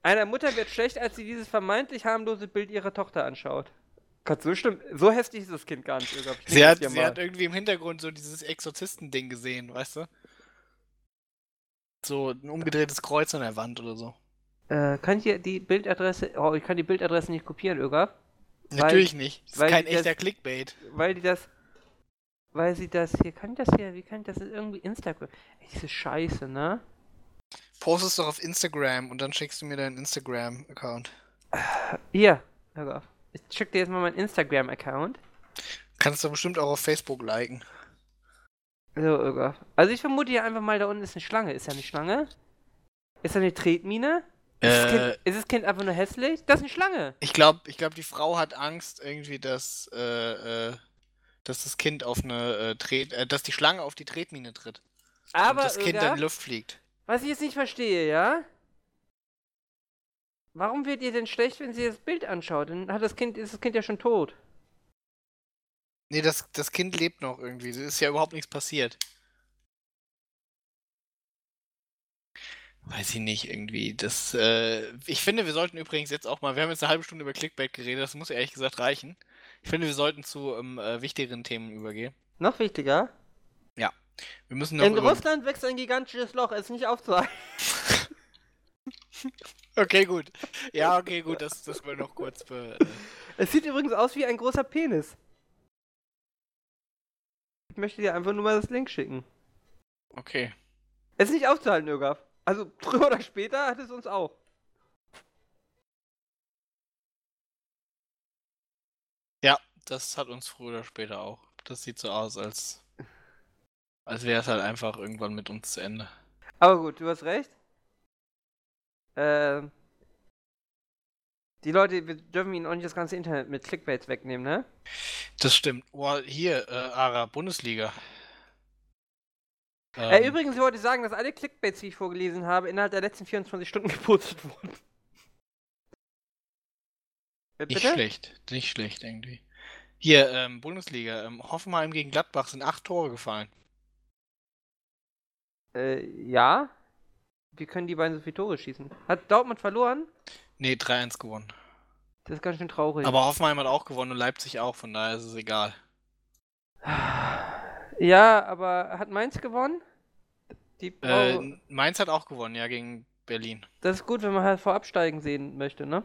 Einer Mutter wird schlecht, als sie dieses vermeintlich harmlose Bild ihrer Tochter anschaut. Gott, so stimmt. So hässlich ist das Kind gar nicht, Ögaf. Ich Sie nehm hat, das hier sie mal. hat irgendwie im Hintergrund so dieses Exorzisten-Ding gesehen, weißt du? So ein umgedrehtes Kreuz an der Wand oder so. Äh, kann ich hier die Bildadresse. Oh, ich kann die Bildadresse nicht kopieren, Ögaf. Natürlich nicht. Das weil ist kein die das- echter Clickbait. weil die das, weil sie das hier, kann das hier, wie kann das denn irgendwie Instagram? Ey, Diese Scheiße, ne? Post es doch auf Instagram und dann schickst du mir deinen Instagram-Account. Hier, hör auf. Ich schick dir jetzt mal meinen Instagram-Account. Kannst du bestimmt auch auf Facebook liken. So, hör auf. Also ich vermute hier einfach mal, da unten ist eine Schlange. Ist ja eine Schlange? Ist da eine Tretmine? ist, das Äh, kind, ist das Kind einfach nur hässlich? Das ist eine Schlange. ich glaube, ich glaub, die Frau hat Angst irgendwie, dass, äh, äh, dass das Kind auf eine äh, Tret, äh, dass die Schlange auf die Tretmine tritt Aber, und das Kind Irga, in die Luft fliegt. was ich jetzt nicht verstehe, ja? Warum wird ihr denn schlecht, wenn sie das Bild anschaut? Dann hat das Kind, ist das Kind ja schon tot. Nee, das, das Kind lebt noch irgendwie. Es ist ja überhaupt nichts passiert. Weiß ich nicht, irgendwie. Das, äh, ich finde, wir sollten übrigens jetzt auch mal, wir haben jetzt eine halbe Stunde über Clickbait geredet, das muss ehrlich gesagt reichen. Ich finde, wir sollten zu ähm, äh, wichtigeren Themen übergehen. Noch wichtiger, Wir müssen noch In über... Russland wächst ein gigantisches Loch, es ist nicht aufzuhalten. (laughs) Okay, gut. Ja, okay, gut, das, das wollen wir noch kurz be... äh, Es sieht übrigens aus wie ein großer Penis. Ich möchte dir einfach nur mal das Link schicken. Okay. Es ist nicht aufzuhalten, Ögaf. Also (laughs) früher oder später hat es uns auch. Ja, das hat uns früher oder später auch. Das sieht so aus, als... Als wäre es halt einfach irgendwann mit uns zu Ende. Aber gut, du hast recht. Ähm. Die Leute, wir dürfen ihnen auch nicht das ganze Internet mit Clickbaits wegnehmen, ne? Das stimmt. Boah, hier, äh, Ara, Bundesliga. Äh, Ähm, übrigens, ich wollte sagen, dass alle Clickbaits, die ich vorgelesen habe, innerhalb der letzten 24 Stunden (laughs) gepostet wurden. Äh, Nicht schlecht, nicht schlecht irgendwie. Hier, ähm, Bundesliga. Ähm, Hoffenheim gegen Gladbach sind acht Tore gefallen. Äh, ja. Wie können die beiden so viele Tore schießen? Hat Dortmund verloren? Nee, 3-1 gewonnen. Das ist ganz schön traurig. Aber Hoffenheim hat auch gewonnen und Leipzig auch, von daher ist es egal. (sighs) ja, aber hat Mainz gewonnen? Die Äh, oh, Mainz hat auch gewonnen, ja, gegen Berlin. das ist gut, wenn man halt vorabsteigen sehen möchte, ne?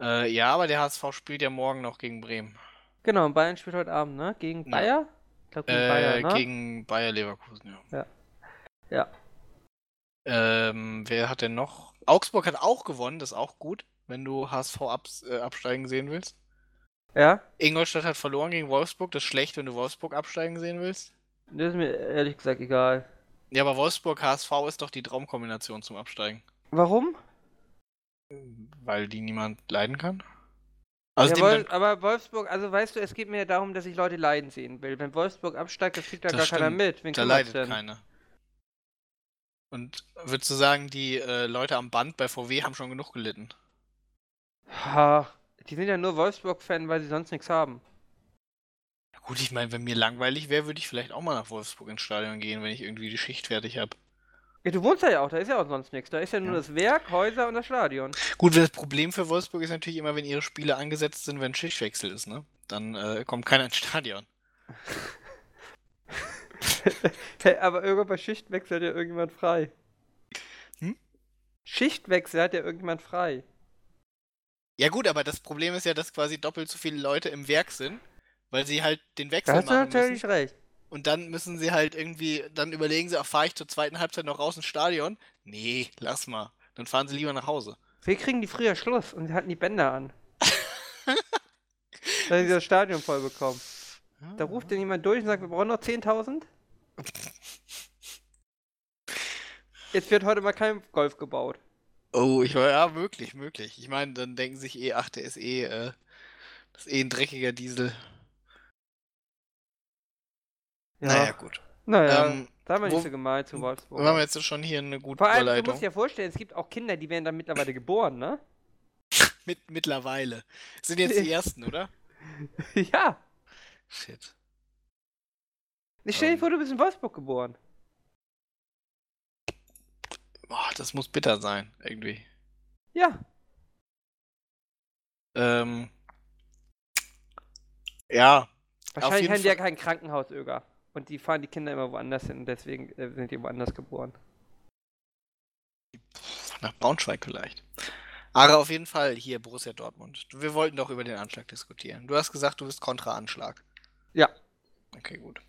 Äh, ja, aber der HSV spielt ja morgen noch gegen Bremen. Genau, und Bayern spielt heute Abend, ne? Gegen Ja. Bayer? Ich glaube gegen Äh, Bayer, ne? gegen Bayer Leverkusen, ja. Ja. Ja. Ähm, wer hat denn noch? Augsburg hat auch gewonnen, das ist auch gut, wenn du HSV abs äh, absteigen sehen willst. Ja? Ingolstadt hat verloren gegen Wolfsburg, das ist schlecht, wenn du Wolfsburg absteigen sehen willst. Das ist mir ehrlich gesagt egal. Ja, aber Wolfsburg-HSV ist doch die Traumkombination zum Absteigen, Warum? weil die niemand leiden kann. Also ja, dem Wolf, aber Wolfsburg, also weißt du, es geht mir ja darum, dass ich Leute leiden sehen will. Wenn Wolfsburg absteigt, das kriegt da Das gar keiner mit. stimmt. Wen da kümmert's leidet keiner. Und würdest du sagen, die äh, Leute am Band bei VW haben schon genug gelitten? Ha, die sind ja nur Wolfsburg-Fan, weil sie sonst nichts haben. Ja, gut, ich meine, wenn mir langweilig wäre, würde ich vielleicht auch mal nach Wolfsburg ins Stadion gehen, wenn ich irgendwie die Schicht fertig habe. Ja, du wohnst da ja auch, da ist ja auch sonst nichts. Da ist ja nur Ja. das Werk, Häuser und das Stadion. Gut, das Problem für Wolfsburg ist natürlich immer, wenn ihre Spiele angesetzt sind, wenn Schichtwechsel ist, ne? Dann äh, kommt keiner ins Stadion. Hey, (laughs) aber irgendwann bei Schichtwechsel hat ja irgendjemand frei. Hm? Schichtwechsel hat ja irgendjemand frei. Ja gut, aber das Problem ist ja, dass quasi doppelt so viele Leute im Werk sind, weil sie halt den Wechsel Da hast du machen natürlich müssen. recht. Und dann müssen sie halt irgendwie, dann überlegen sie, ach, fahre ich zur zweiten Halbzeit noch raus ins Stadion? Nee, lass mal. Dann fahren sie lieber nach Hause. Wir kriegen die früher Schluss und sie hatten die Bänder (laughs) an. Dass sie das Stadion voll bekommen. Da ruft denn jemand durch und sagt, wir brauchen noch 10.000? Jetzt wird heute mal kein Golf gebaut. Oh, ich war ja möglich, möglich. Ich meine, dann denken sich eh, ach, der ist eh, äh, das ist eh ein dreckiger Diesel. Ja. Äh, Naja, gut. naja ähm, da haben wir wo- nicht so gemein zu Wir haben Wolfsburg. jetzt schon hier eine gute Vor allem, du Überleitung. musst dir vorstellen, es gibt auch Kinder, die werden dann (laughs) mittlerweile geboren, ne? Mit, mittlerweile. Sind jetzt (laughs) die ersten, oder? ja. Shit. Ich stell dir Ähm. vor, du bist in Wolfsburg geboren. Boah, das muss bitter sein, irgendwie. Ja. Ähm. Ja, Wahrscheinlich jeden haben die ja Fall. kein Krankenhaus, Öger. Und die fahren die Kinder immer woanders hin und deswegen äh, sind die woanders geboren. nach Braunschweig vielleicht. Aber auf jeden Fall hier Borussia Dortmund. Wir wollten doch über den Anschlag diskutieren. Du hast gesagt, du bist Kontra-Anschlag. Ja. Okay, gut.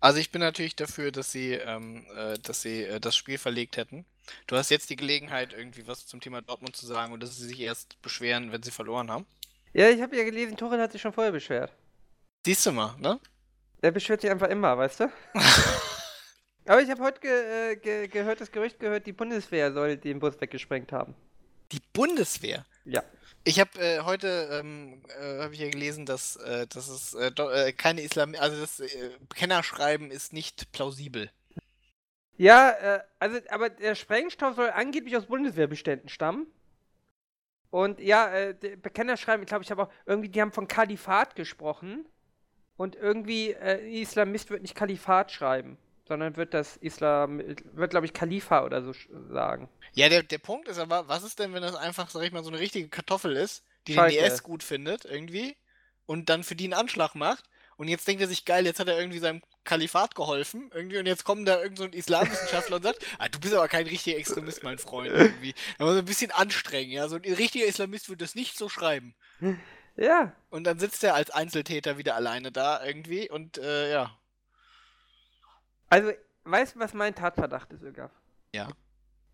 Also ich bin natürlich dafür, dass sie, ähm, äh, dass sie äh, das Spiel verlegt hätten. Du hast jetzt die Gelegenheit, irgendwie was zum Thema Dortmund zu sagen und dass sie sich erst beschweren, wenn sie verloren haben. Ja, ich habe ja gelesen, Tuchel hat sich schon vorher beschwert. Siehst du mal, ne? Der beschwert sich einfach immer, weißt du? Aber ich habe heute ge äh, ge gehört, das Gerücht gehört, die Bundeswehr soll den Bus weggesprengt haben. Die Bundeswehr. Ja. Ich habe äh, heute ähm, äh, habe ich ja gelesen, dass, äh, dass es äh, do, äh, keine Islam, also das äh, Kennerschreiben ist nicht plausibel. Ja, äh, also, aber der Sprengstoff soll angeblich aus Bundeswehrbeständen stammen. Und ja, äh, die Bekenner schreiben, ich glaube, ich habe auch irgendwie, die haben von Kalifat gesprochen. Und irgendwie, äh, ein Islamist wird nicht Kalifat schreiben, sondern wird das Islam, wird, glaube ich, Kalifa oder so sch- sagen. Ja, der, der Punkt ist aber, was ist denn, wenn das einfach, sag ich mal, so eine richtige Kartoffel ist, die Scheiße. den DS gut findet, irgendwie, und dann für die einen Anschlag macht, und jetzt denkt er sich, geil, jetzt hat er irgendwie seinem Kalifat geholfen, irgendwie, und jetzt kommt da irgend so ein Islamwissenschaftler und sagt, ah, du bist aber kein richtiger Extremist, mein Freund, irgendwie. Aber so ein bisschen anstrengend, ja, so ein richtiger Islamist würde das nicht so schreiben. Ja, Und dann sitzt er als Einzeltäter wieder alleine da, irgendwie, und, äh, ja. also, weißt du, was mein Tatverdacht ist, Ögaf? Ja.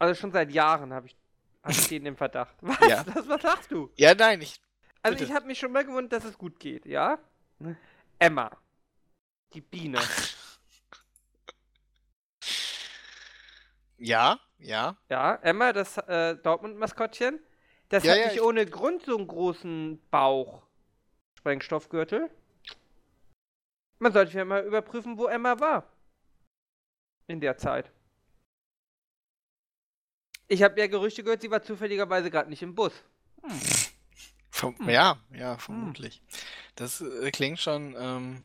Also schon seit Jahren habe ich, hab ich den im (laughs) Verdacht. Was? Ja. Das, was sagst du? Ja, nein, ich, Also Bitte. Ne. ich habe mich schon mal gewundert, dass es gut geht, ja? Emma. Die Biene. ja, ja. Ja, Emma, das äh, Dortmund-Maskottchen. Das Ja, hat ja, nicht ich- ohne Grund so einen großen Bauch. Sprengstoffgürtel. Man sollte ja mal überprüfen, wo Emma war. In der Zeit. Ich habe ja Gerüchte gehört, sie war zufälligerweise gerade nicht im Bus. Verm- Ja, ja, vermutlich. Das äh, klingt schon. Ähm,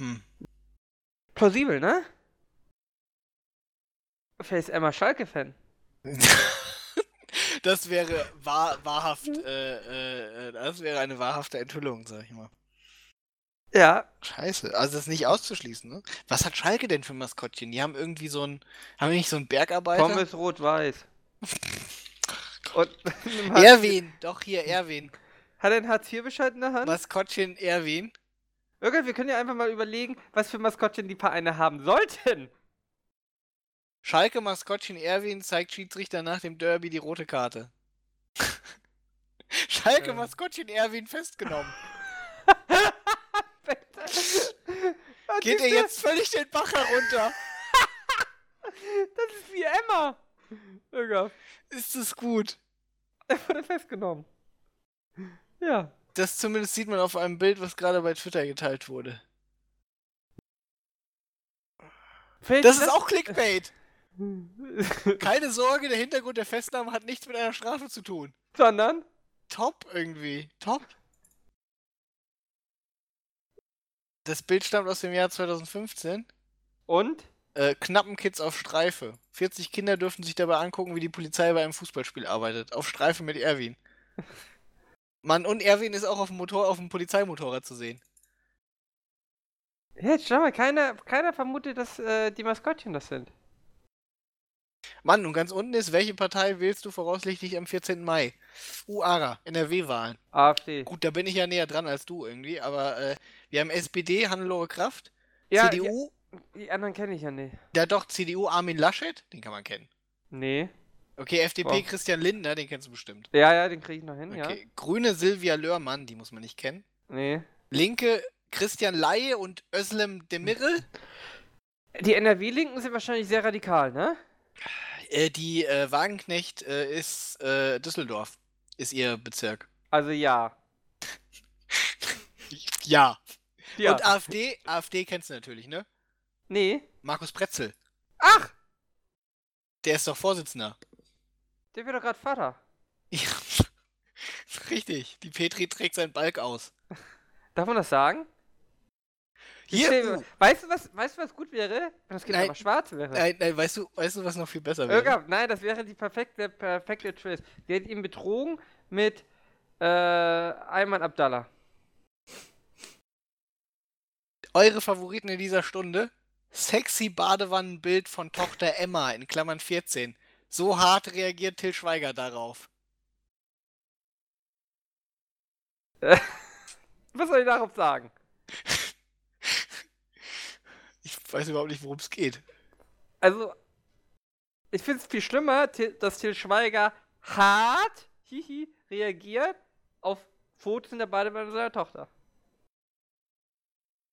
hm. Plausibel, ne? Vielleicht ist Emma Schalke-Fan. (laughs) Das wäre wahr, wahrhaft. Äh, äh, äh, das wäre eine wahrhafte Enthüllung, sag ich mal. Ja, Scheiße. Also das ist nicht auszuschließen, ne? Was hat Schalke denn für ein Maskottchen? Die haben irgendwie so ein. Haben die nicht so einen Bergarbeiter? Pommes (laughs) rot-weiß. Und (laughs) hat, Erwin, doch hier Erwin. hat er einen Hartz-IV-Bescheid in der Hand? Maskottchen Erwin. Irgendwann, wir können ja einfach mal überlegen, was für Maskottchen die Vereine haben sollten. (laughs) Schalke Maskottchen Erwin zeigt Schiedsrichter nach dem Derby die rote Karte. (laughs) Schalke Ja. Maskottchen (laughs) Erwin festgenommen. Bitte. Geht er jetzt völlig den Bach herunter? Das ist wie Emma. Irgendwann Ist es gut? wurde festgenommen. Ja. Das zumindest sieht man auf einem Bild, was gerade bei Twitter geteilt wurde. Vielleicht Das ist auch Clickbait. auch. Keine Sorge, der Hintergrund der Festnahme hat nichts mit einer Strafe zu tun. (laughs) Sondern. Top irgendwie. Top. Das Bild stammt aus dem Jahr 2015. Und? Äh, knappen Kids auf Streife. 40 Kinder dürfen sich dabei angucken, wie die Polizei bei einem Fußballspiel arbeitet. Auf Streife mit Erwin. Mann, und Erwin ist auch auf dem Motor, auf dem Polizeimotorrad zu sehen. Jetzt schau mal, keiner, keiner vermutet, dass äh, die Maskottchen das sind. Mann, und ganz unten ist, welche Partei wählst du voraussichtlich am 14. Mai? UARA, NRW-Wahlen. AfD. Gut, da bin ich ja näher dran als du irgendwie, aber äh, wir haben SPD, Hannelore Kraft, Ja, ja, CDU, die anderen kenne ich ja nicht. ja doch, CDU Armin Laschet, den kann man kennen. Nee. Okay, FDP Wow. Christian Lindner, den kennst du bestimmt. Ja, ja, den kriege ich noch hin, Okay, Grüne Silvia Lörmann, die muss man nicht kennen. ja. Nee. Linke Christian Laie und Özlem Demirel. Die NRW-Linken sind wahrscheinlich sehr radikal, ne? Äh, die äh, Wagenknecht äh, ist äh, Düsseldorf, ist ihr Bezirk. Also ja. Ja. Ja. Und AfD, AfD kennst du natürlich, ne? nee. Markus Pretzel, Ach! der ist doch Vorsitzender. Der wird doch gerade Vater. Ja. (laughs) Richtig, die Petri trägt seinen Balk aus. Darf man das sagen? Ich Hier, stell- uh, weißt, du, was, weißt du, was gut wäre? Wenn das Kind Nein. Äh, aber schwarz wäre. nein, nein, weißt du, weißt du, was noch viel besser wäre? Irgab, nein, das wäre die perfekte, perfekte Twist. Sie hätte ihn betrogen mit äh, Ayman Abdallah. Eure Favoriten in dieser Stunde? Sexy Badewannenbild von Tochter Emma in Klammern 14. So hart reagiert Till Schweiger darauf. Was soll ich darauf sagen? Ich weiß überhaupt nicht, worum es geht. Also, ich finde es viel schlimmer, Til- dass Til Schweiger hart hihi, reagiert auf Fotos in der Badewanne seiner Tochter.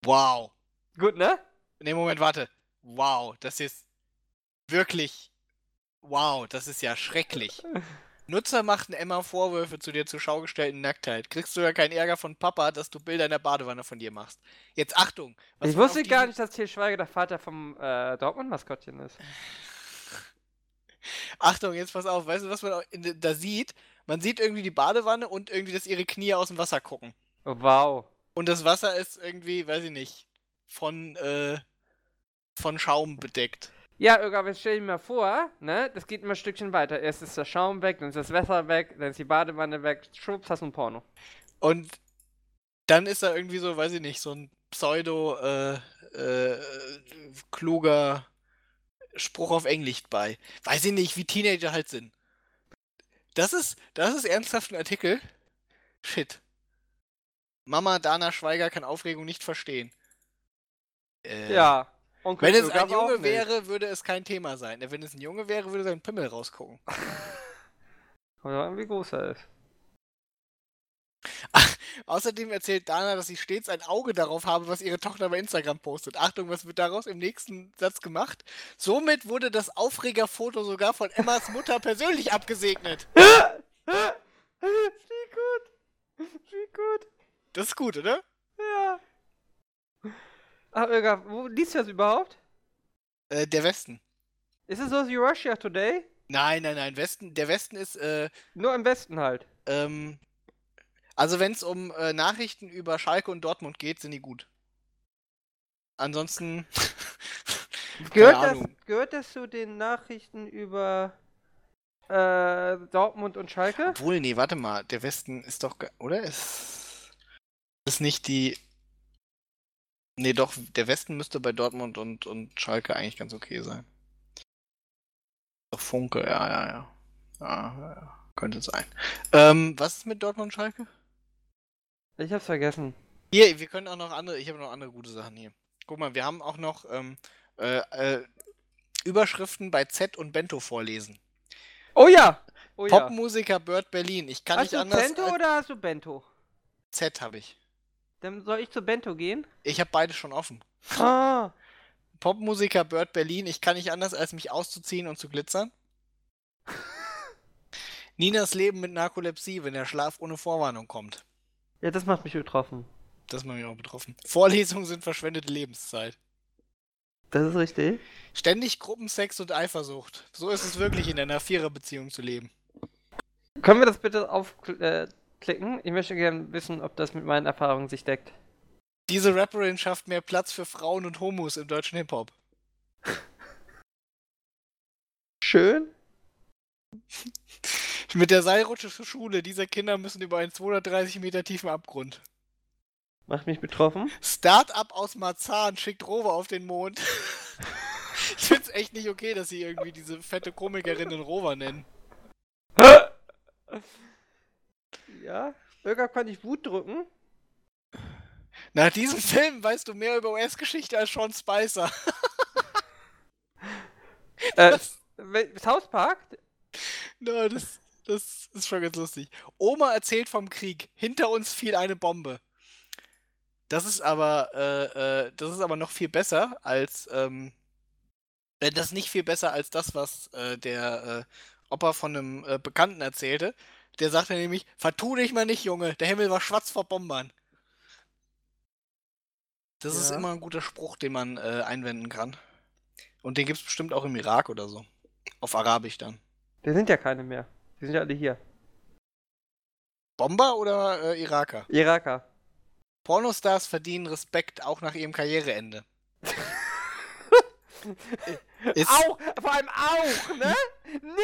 Wow. Gut, ne? Ne, Moment, warte. Wow, das ist wirklich. Wow, das ist (laughs) ja schrecklich. Nutzer machten Emma Vorwürfe zu dir zur Schau gestellten Nacktheit. Kriegst du ja keinen Ärger von Papa, dass du Bilder in der Badewanne von dir machst. Jetzt Achtung. ich man auf wusste gar diesen- nicht, dass Til Schweiger der Vater vom äh, Dortmund-Maskottchen ist. Achtung, jetzt pass auf. Weißt du, was man au- in de- da sieht? Man sieht irgendwie die Badewanne und irgendwie, dass ihre Knie aus dem Wasser gucken. Oh, wow. Und das Wasser ist irgendwie, weiß ich nicht, von, äh, von Schaum bedeckt. Ja, Irga, aber jetzt stell dir mal vor, ne? Das geht immer ein Stückchen weiter. Erst ist der Schaum weg, dann ist das Wasser weg, dann ist die Badewanne weg. Schwupps, hast du ein Porno. Und dann ist da irgendwie so, weiß ich nicht, so ein pseudo äh, äh, kluger Spruch auf Englisch bei. Weiß ich nicht, wie Teenager halt sind. Das ist, das ist ernsthaft ein Artikel. Shit. Mama Dana Schweiger kann Aufregung nicht verstehen. Äh, Ja. Onkel Wenn es Irga ein aber auch Junge nicht. wäre, würde es kein Thema sein. Wenn es ein Junge wäre, würde sein Pimmel rausgucken. Kommt drauf an, wie groß er ist. Außerdem erzählt Dana, dass sie stets ein Auge darauf habe, was ihre Tochter bei Instagram postet. Achtung, was wird daraus im nächsten Satz gemacht? Somit wurde das Aufregerfoto sogar von Emmas Mutter persönlich abgesegnet. (laughs) Wie gut. Wie gut. Das ist gut, oder? Ja. Ach, Irga, wo liest du das überhaupt? Äh, der Westen. Ist es so wie Russia Today? Nein, nein, nein. Westen, der Westen ist, äh, Nur im Westen halt. ähm, also wenn es um äh, Nachrichten über Schalke und Dortmund geht, sind die gut. (laughs) Ansonsten, Gehört Ahnung. das, gehört das zu den Nachrichten über äh, Dortmund und Schalke? obwohl, nee, warte mal, der Westen ist doch, ge- oder? Ist, ist nicht die, nee, doch, der Westen müsste bei Dortmund und, und Schalke eigentlich ganz okay sein. Doch Funke, ja, ja, ja. Ja, ja, ja. könnte sein. Ähm, was ist mit Dortmund und Schalke? Ich hab's vergessen. Hier, wir können auch noch andere, ich habe noch andere gute Sachen hier. Guck mal, wir haben auch noch ähm, äh, äh, Überschriften bei Z und Bento vorlesen. Oh ja! Oh ja. Popmusiker Bird Berlin. Ich kann Hast nicht du anders Bento als oder hast du Bento? Z habe ich. Dann soll ich zu Bento gehen? Ich habe beide schon offen. (laughs) Ah, Popmusiker Bird Berlin. Ich kann nicht anders als mich auszuziehen und zu glitzern. Ninas Leben mit Narkolepsie, wenn der Schlaf ohne Vorwarnung kommt. ja, das macht mich betroffen. Das ist bei mir auch betroffen. Vorlesungen sind verschwendete Lebenszeit. Das ist richtig. Ständig Gruppensex und Eifersucht. So ist es wirklich in einer Viererbeziehung zu leben. Können wir das bitte aufklicken? Äh, klicken? ich möchte gerne wissen, ob das mit meinen Erfahrungen sich deckt. Diese Rapperin schafft mehr Platz für Frauen und Homos im deutschen Hip-Hop. Schön. Mit der Seilrutsche zur Schule. Diese Kinder müssen über einen 230 Meter tiefen Abgrund. Macht mich (laughs) betroffen. Start-up aus Marzahn schickt Rover auf den Mond. (laughs) ich find's echt nicht okay, dass sie irgendwie diese fette Komikerin den Rover nennen. Ja, Bürger kann ich Wut drücken. Nach diesem Film weißt du mehr über US-Geschichte als Sean Spicer. (laughs) Äh, Das, wel- South Park? na, das, das ist schon ganz lustig. Oma erzählt vom Krieg. Hinter uns fiel eine Bombe. Das ist aber, äh, äh, das ist aber noch viel besser als, ähm, äh, das ist nicht viel besser als das, was äh, der äh, Opa von einem äh, Bekannten erzählte. Der sagte nämlich, vertu dich mal nicht, Junge, der Himmel war schwarz vor Bombern. Das ist Ja. immer ein guter Spruch, den man äh, einwenden kann. Und den gibt's bestimmt auch im Irak oder so. Auf Arabisch dann. Da sind ja keine mehr. Die sind ja alle hier. Bomber oder äh, Iraker? Iraker. Pornostars verdienen Respekt auch nach ihrem Karriereende. ist Auch, vor allem auch, ne?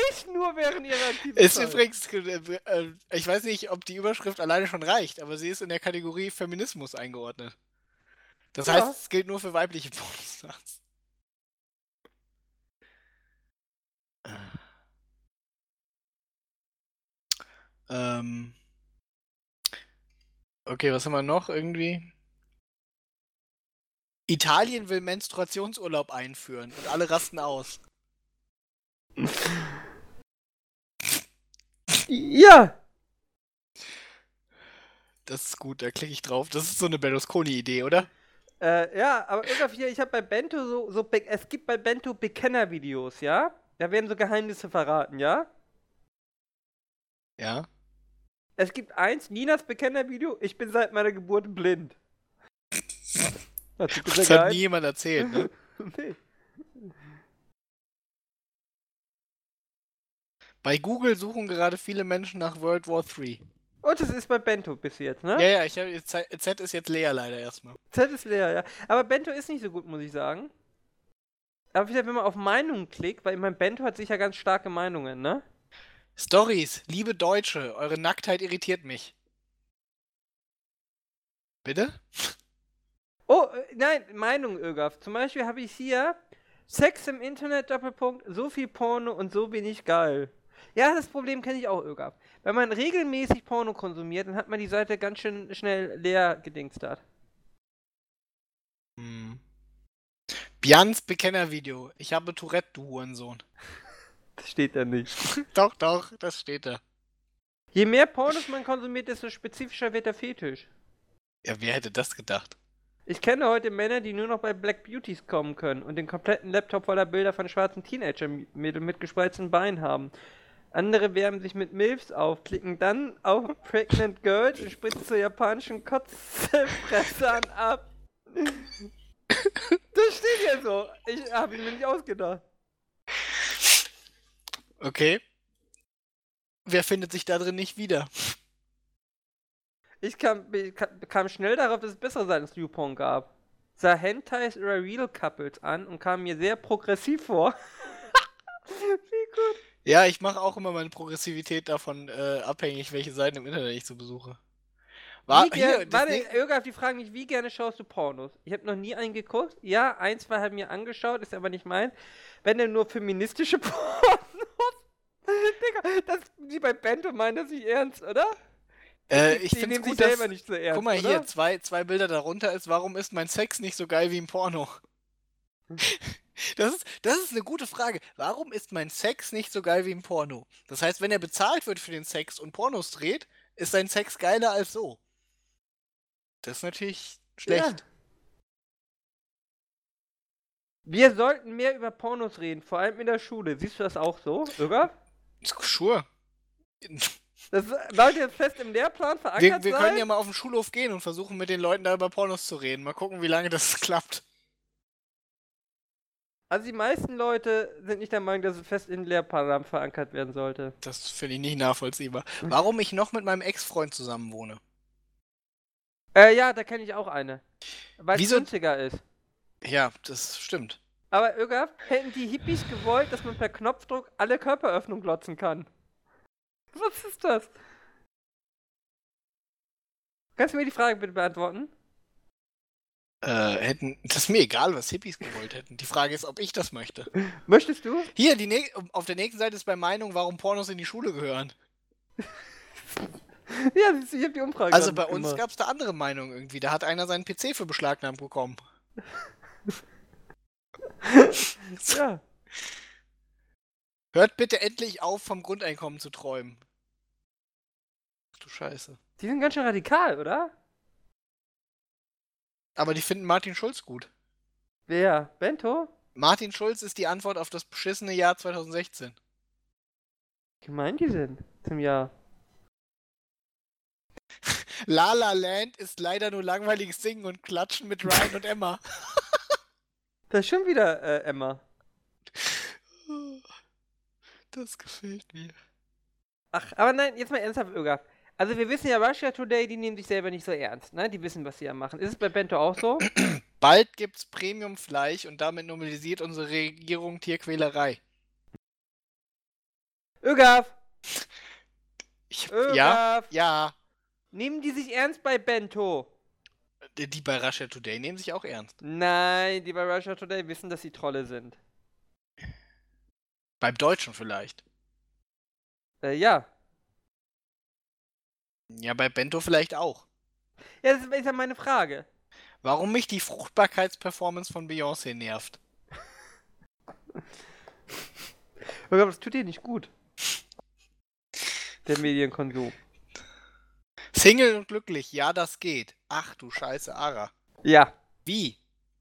Nicht nur während ihrer Aktivität. ist übrigens, äh, äh, ich weiß nicht, ob die Überschrift alleine schon reicht, aber sie ist in der Kategorie Feminismus eingeordnet. Das Ja. heißt, es gilt nur für weibliche Pornostars. Ähm. Okay, was haben wir noch irgendwie? Italien will Menstruationsurlaub einführen und alle rasten aus. Ja. Das ist gut, da klicke ich drauf. Das ist so eine Berlusconi-Idee, oder? Äh, ja, aber irgendwie, ich habe bei Bento so, so be- es gibt bei Bento Bekennervideos, ja? Da werden so Geheimnisse verraten, ja? Ja. Es gibt eins, Ninas Bekennervideo, ich bin seit meiner Geburt blind. Hat sie Das gesagt? hat nie jemand erzählt, (laughs) ne? nee. Bei Google suchen gerade viele Menschen nach World War 3. Und es ist bei Bento bis jetzt, ne? Ja, ja, ich hab, Z, Z ist jetzt leer leider erstmal. Z ist leer, ja. Aber Bento ist nicht so gut, muss ich sagen. Aber wieder, wenn man auf Meinungen klickt, weil ich meine, Bento hat sicher ganz starke Meinungen, ne? Stories, liebe Deutsche, eure Nacktheit irritiert mich. Bitte? Oh, äh, nein, Meinung, Ögaf. Zum Beispiel habe ich hier Sex im Internet, Doppelpunkt, so viel Porno und so wenig geil. Ja, das Problem kenne ich auch, Ögaf. Wenn man regelmäßig Porno konsumiert, dann hat man die Seite ganz schön schnell leer gedingstert. Hm. Bjans Bekennervideo. Ich habe Tourette, du Hurensohn. Das steht da nicht. (laughs) Doch, doch, das steht da. Je mehr Pornos man konsumiert, desto spezifischer wird der Fetisch. Ja, wer hätte das gedacht? Ich kenne heute Männer, die nur noch bei Black Beauties kommen können und den kompletten Laptop voller Bilder von schwarzen Teenager-Mädeln mit gespreizten Beinen haben. Andere wärmen sich mit Milfs auf, klicken dann auf (laughs) Pregnant Girls und spritzen zur japanischen Kotzefresse an ab. Das steht hier so. Ich habe ihn mir nicht ausgedacht. Okay. Wer findet sich da drin nicht wieder? Ich kam, ich kam- kam schnell darauf, dass es bessere Seiten als Lupon gab. Sah Hentais oder Real Couples an und kam mir sehr progressiv vor. Wie gut. Ja, ich mache auch immer meine Progressivität davon äh, abhängig, welche Seiten im Internet ich so besuche. War, wie gern, hier, das warte, nächste- Jürgen, auf die Frage mich, wie gerne schaust du Pornos? Ich habe noch nie einen geguckt. Ja, ein, zwei haben mir angeschaut, ist aber nicht mein. Wenn denn nur feministische (laughs) Pornos. Digga, das, die bei Bento meinen das nicht ernst, oder? äh, ich die finde nehmen sich gut, dass, selber nicht so ernst. guck mal oder? hier, zwei, zwei Bilder darunter ist, warum ist mein Sex nicht so geil wie im Porno? Hm. (laughs) Das ist, das ist eine gute Frage. Warum ist mein Sex nicht so geil wie im Porno? Das heißt, wenn er bezahlt wird für den Sex und Pornos dreht, ist sein Sex geiler als so. Das ist natürlich schlecht. Wir sollten mehr über Pornos reden, vor allem in der Schule. Siehst du das auch so, Jürgen? Sure. Das sollte jetzt fest im Lehrplan Wir, verankert wir sein. können ja mal auf den Schulhof gehen und versuchen, mit den Leuten da über Pornos zu reden. Mal gucken, wie lange das (laughs) klappt. also die meisten Leute sind nicht der Meinung, dass es fest im Lehrplan verankert werden sollte. Das finde ich nicht nachvollziehbar. Warum ich noch mit meinem Ex-Freund zusammen wohne? Äh, ja, da kenne ich auch eine. Weil es Wieso- günstiger ist. Ja, das stimmt. Aber Ögaf, hätten die Hippies gewollt, dass man per Knopfdruck alle Körperöffnungen glotzen kann. Was ist das? Kannst du mir die Frage bitte beantworten? Äh, hätten, das ist mir egal, was Hippies gewollt hätten. Die Frage ist, ob ich das möchte. Möchtest du? Hier, die näch- auf der nächsten Seite ist bei Meinung, warum Pornos in die Schule gehören. Ja, siehst du, ich hab die Umfrage. Also gar nicht bei uns gemacht. gab es da andere Meinungen irgendwie. Da hat einer seinen PC für beschlagnahmt bekommen. Ja. Hört bitte endlich auf, vom Grundeinkommen zu träumen. Ach du Scheiße. Die sind ganz schön radikal, oder? Aber die finden Martin Schulz gut. Wer? Bento? Martin Schulz ist die Antwort auf das beschissene Jahr 2016. Wie meinen die denn zum Jahr? La La Land ist leider nur langweiliges Singen und Klatschen mit Ryan und Emma. Da ist schon wieder äh, Emma. (laughs) Das gefällt mir. Ach, aber nein, jetzt mal ernsthaft, Ögaf. Also wir wissen ja, Russia Today, die nehmen sich selber nicht so ernst, ne? Die wissen, was sie ja machen. Ist es bei Bento auch so? Bald gibt's Premium-Fleisch und damit normalisiert unsere Regierung Tierquälerei. Ögaf! Ich, Ögaf! ja, ja. Nehmen die sich ernst bei Bento? Die die bei Russia Today nehmen sich auch ernst. Nein, die bei Russia Today wissen, dass sie Trolle sind. Beim Deutschen vielleicht. Äh, ja. Ja, bei Bento vielleicht auch. Ja, das ist, ist ja meine Frage. Warum mich die Fruchtbarkeitsperformance von Beyoncé nervt. Ögaf, Oh das tut dir nicht gut. Der Medienkonsum. Single und glücklich, ja, das geht. Ach du Scheiße, Ara. Ja. Wie?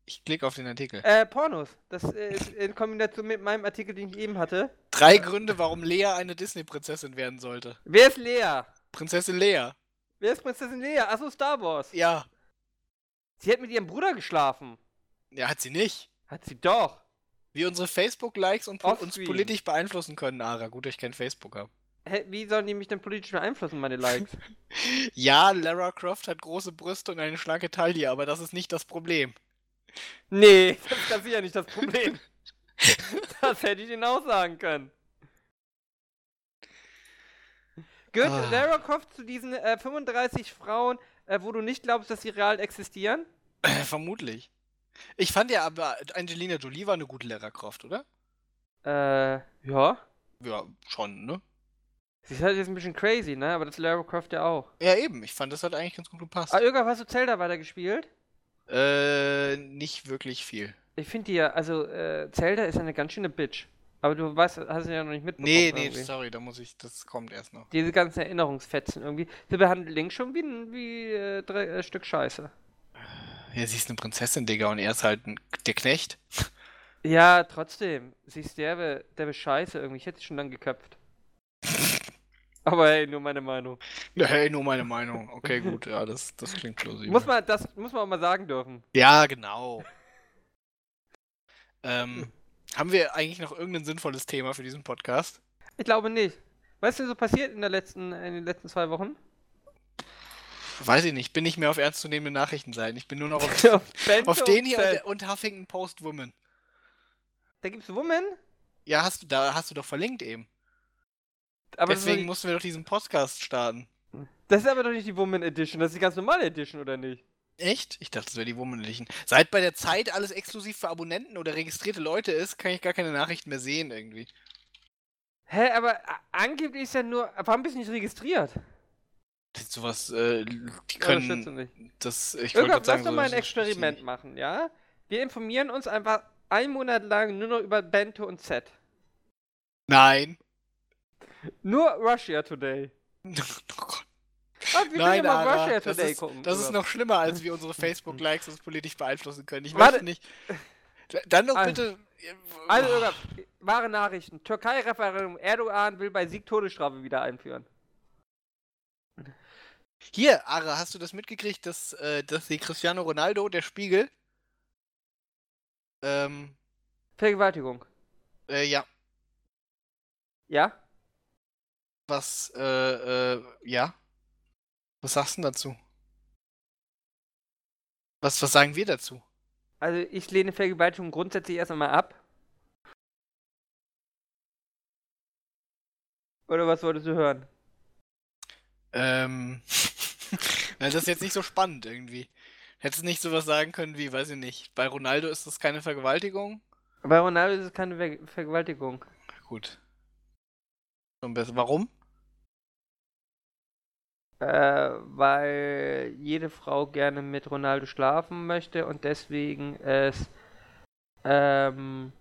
Ich klicke auf den Artikel. Äh, Pornos. Das äh, ist in Kombination mit meinem Artikel, den ich eben hatte. Drei Gründe, warum Lea eine Disney-Prinzessin werden sollte. Wer ist Lea? Prinzessin Lea. Wer ist Prinzessin Lea? Achso, Star Wars. Ja. Sie hat mit ihrem Bruder geschlafen. Ja, hat sie nicht. Hat sie doch. Wie unsere Facebook-Likes und po uns Offscreen. politisch beeinflussen können, Ara. Gut, dass ich kein Facebook habe. Hä, wie sollen die mich denn politisch beeinflussen, meine Likes? Ja, Lara Croft hat große Brüste und eine schlanke Taille, aber das ist nicht das Problem. (clears throat) nee, (laughs) das ist ganz sicher nicht das Problem. (laughs) das hätte ich Ihnen auch sagen können. Gehört Ah. Lara Croft zu diesen äh, 35 Frauen, äh, wo du nicht glaubst, dass sie real existieren? Vermutlich. Ich fand ja aber, Angelina Jolie war eine gute Lara Croft, oder? Äh, ja. Ja, schon, ne? Sie ist halt jetzt ein bisschen crazy, ne? Aber das ist Lara Croft ja auch. Ja, eben. Ich fand, das hat eigentlich ganz gut gepasst. Ah, irgendwann hast du Zelda weitergespielt? Äh, nicht wirklich viel. Ich finde die ja, also äh, Zelda ist eine ganz schöne Bitch. Aber du weißt, hast sie ja noch nicht mitbekommen. Nee, nee, irgendwie. sorry, da muss ich, das kommt erst noch. Diese ganzen Erinnerungsfetzen irgendwie. Sie behandelt Link schon wie ein wie, äh, drei, äh, Stück Scheiße. Ja, sie ist eine Prinzessin, Digga, und er ist halt ein, der Knecht. Ja, trotzdem. Sie ist derbe, derbe Scheiße irgendwie. Ich hätte sie schon dann (laughs) geköpft. Aber hey, nur meine Meinung. Ja, hey, nur meine Meinung. (laughs) Okay, gut, ja, das, das klingt plausibel. Muss man, das muss man auch mal sagen dürfen. Ja, genau. Hm. ähm, haben wir eigentlich noch irgendein sinnvolles Thema für diesen Podcast? Ich glaube nicht. Weißt du, so passiert in, der letzten, in den letzten zwei Wochen? Weiß ich nicht, bin nicht mehr auf ernstzunehmende Nachrichtenseiten. Ich bin nur (laughs) noch (laughs) auf, auf, Bento auf den hier und und, Bento. und Huffington Post Woman. Da gibt's Women, Ja, hast du, da hast du doch verlinkt eben. aber das ist, doch Deswegen nicht, mussten wir doch diesen Podcast starten. das ist aber doch nicht die Woman Edition. Das ist die ganz normale Edition, oder nicht? Echt? Ich dachte, das wäre die Womanlichen. Seit bei der Zeit alles exklusiv für Abonnenten oder registrierte Leute ist, kann ich gar keine Nachrichten mehr sehen irgendwie. Hä, aber a- angeblich ist ja nur. Warum bist du nicht registriert? Das ist sowas, äh, die Ja, das stimmt so können nicht. das, ich wollte Irgendwann gerade lass sagen, doch mal ein so- Experiment machen, ja? Wir informieren uns einfach einen Monat lang nur noch über Bento und Z. Nein. Nur Russia Today. Oh Gott. Ach, wir Nein, können ja mal Ara, Russia das Today ist, gucken. Das ist Oder- noch schlimmer, als wir unsere Facebook-Likes uns politisch beeinflussen können. Ich Warte. möchte nicht. Dann doch Also. bitte. Also, Irga, wahre Nachrichten. Türkei-Referendum. Erdogan will bei Sieg Todesstrafe wieder einführen. Hier, Ara, hast du das mitgekriegt, dass, äh, dass sie Cristiano Ronaldo, der Spiegel, ähm, Vergewaltigung. äh, ja, Ja? was, äh, äh, ja. Was sagst du denn dazu? Was, was sagen wir dazu? Also ich lehne Vergewaltigung grundsätzlich erst einmal ab. Oder was wolltest du hören? Ähm. Na, das ist jetzt nicht so spannend irgendwie. Hättest du nicht sowas sagen können wie, weiß ich nicht, bei Ronaldo ist das keine Vergewaltigung? Bei Ronaldo ist es keine Ver Vergewaltigung. Na Gut. Schon besser. Warum? Äh, weil jede Frau gerne mit Ronaldo schlafen möchte und deswegen es ähm,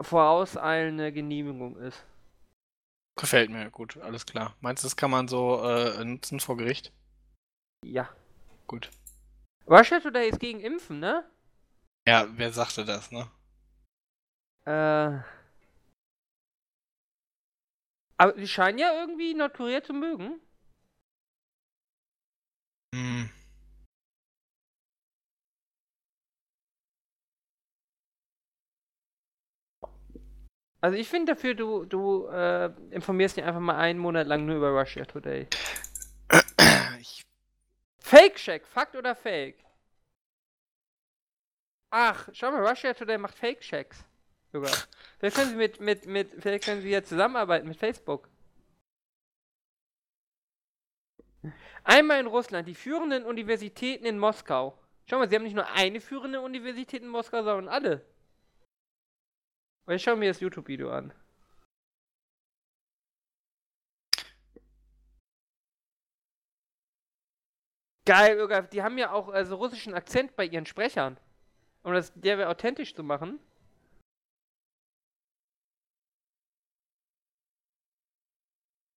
vorauseilende Genehmigung ist. Gefällt mir, gut, alles klar. Meinst du, das kann man so äh, nutzen vor Gericht? Ja. Gut. Russia Today ist gegen Impfen, ne? Ja, wer sagte das, ne? Äh. Aber die scheinen ja irgendwie Nordkorea zu mögen. Hm. Also ich finde dafür, du, du äh, informierst dich einfach mal einen Monat lang nur über Russia Today. Ich, Fake-Check, Fakt oder Fake? Ach, schau mal, Russia Today macht Fake-Checks. Sogar. Vielleicht können sie mit, mit, mit, vielleicht können sie ja zusammenarbeiten mit Facebook. Einmal in Russland, die führenden Universitäten in Moskau. Schau mal, sie haben nicht nur eine führende Universität in Moskau, sondern alle. Und ich schaue mir das YouTube-Video an. Geil, Irga, die haben ja auch äh, so russischen Akzent bei ihren Sprechern. Um das derweil authentisch zu machen.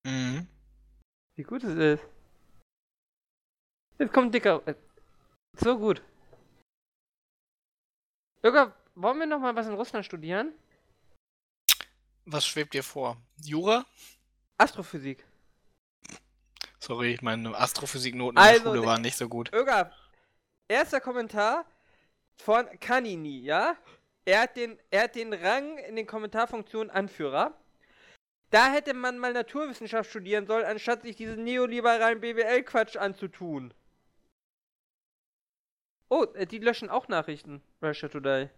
mhm. Wie gut es ist. Jetzt kommt dicker. äh, So gut. Irga, wollen wir noch mal was in Russland studieren? Was schwebt dir vor? Jura? Astrophysik. Sorry, ich meine Astrophysik-Noten in Also, der Schule ne- waren nicht so gut. Irga, erster Kommentar von Kanini, ja? Er hat, den, er hat den Rang in den Kommentarfunktionen Anführer. Da hätte man mal Naturwissenschaft studieren sollen, anstatt sich diesen neoliberalen BWL-Quatsch anzutun. Oh, äh, die löschen auch Nachrichten, Russia Today.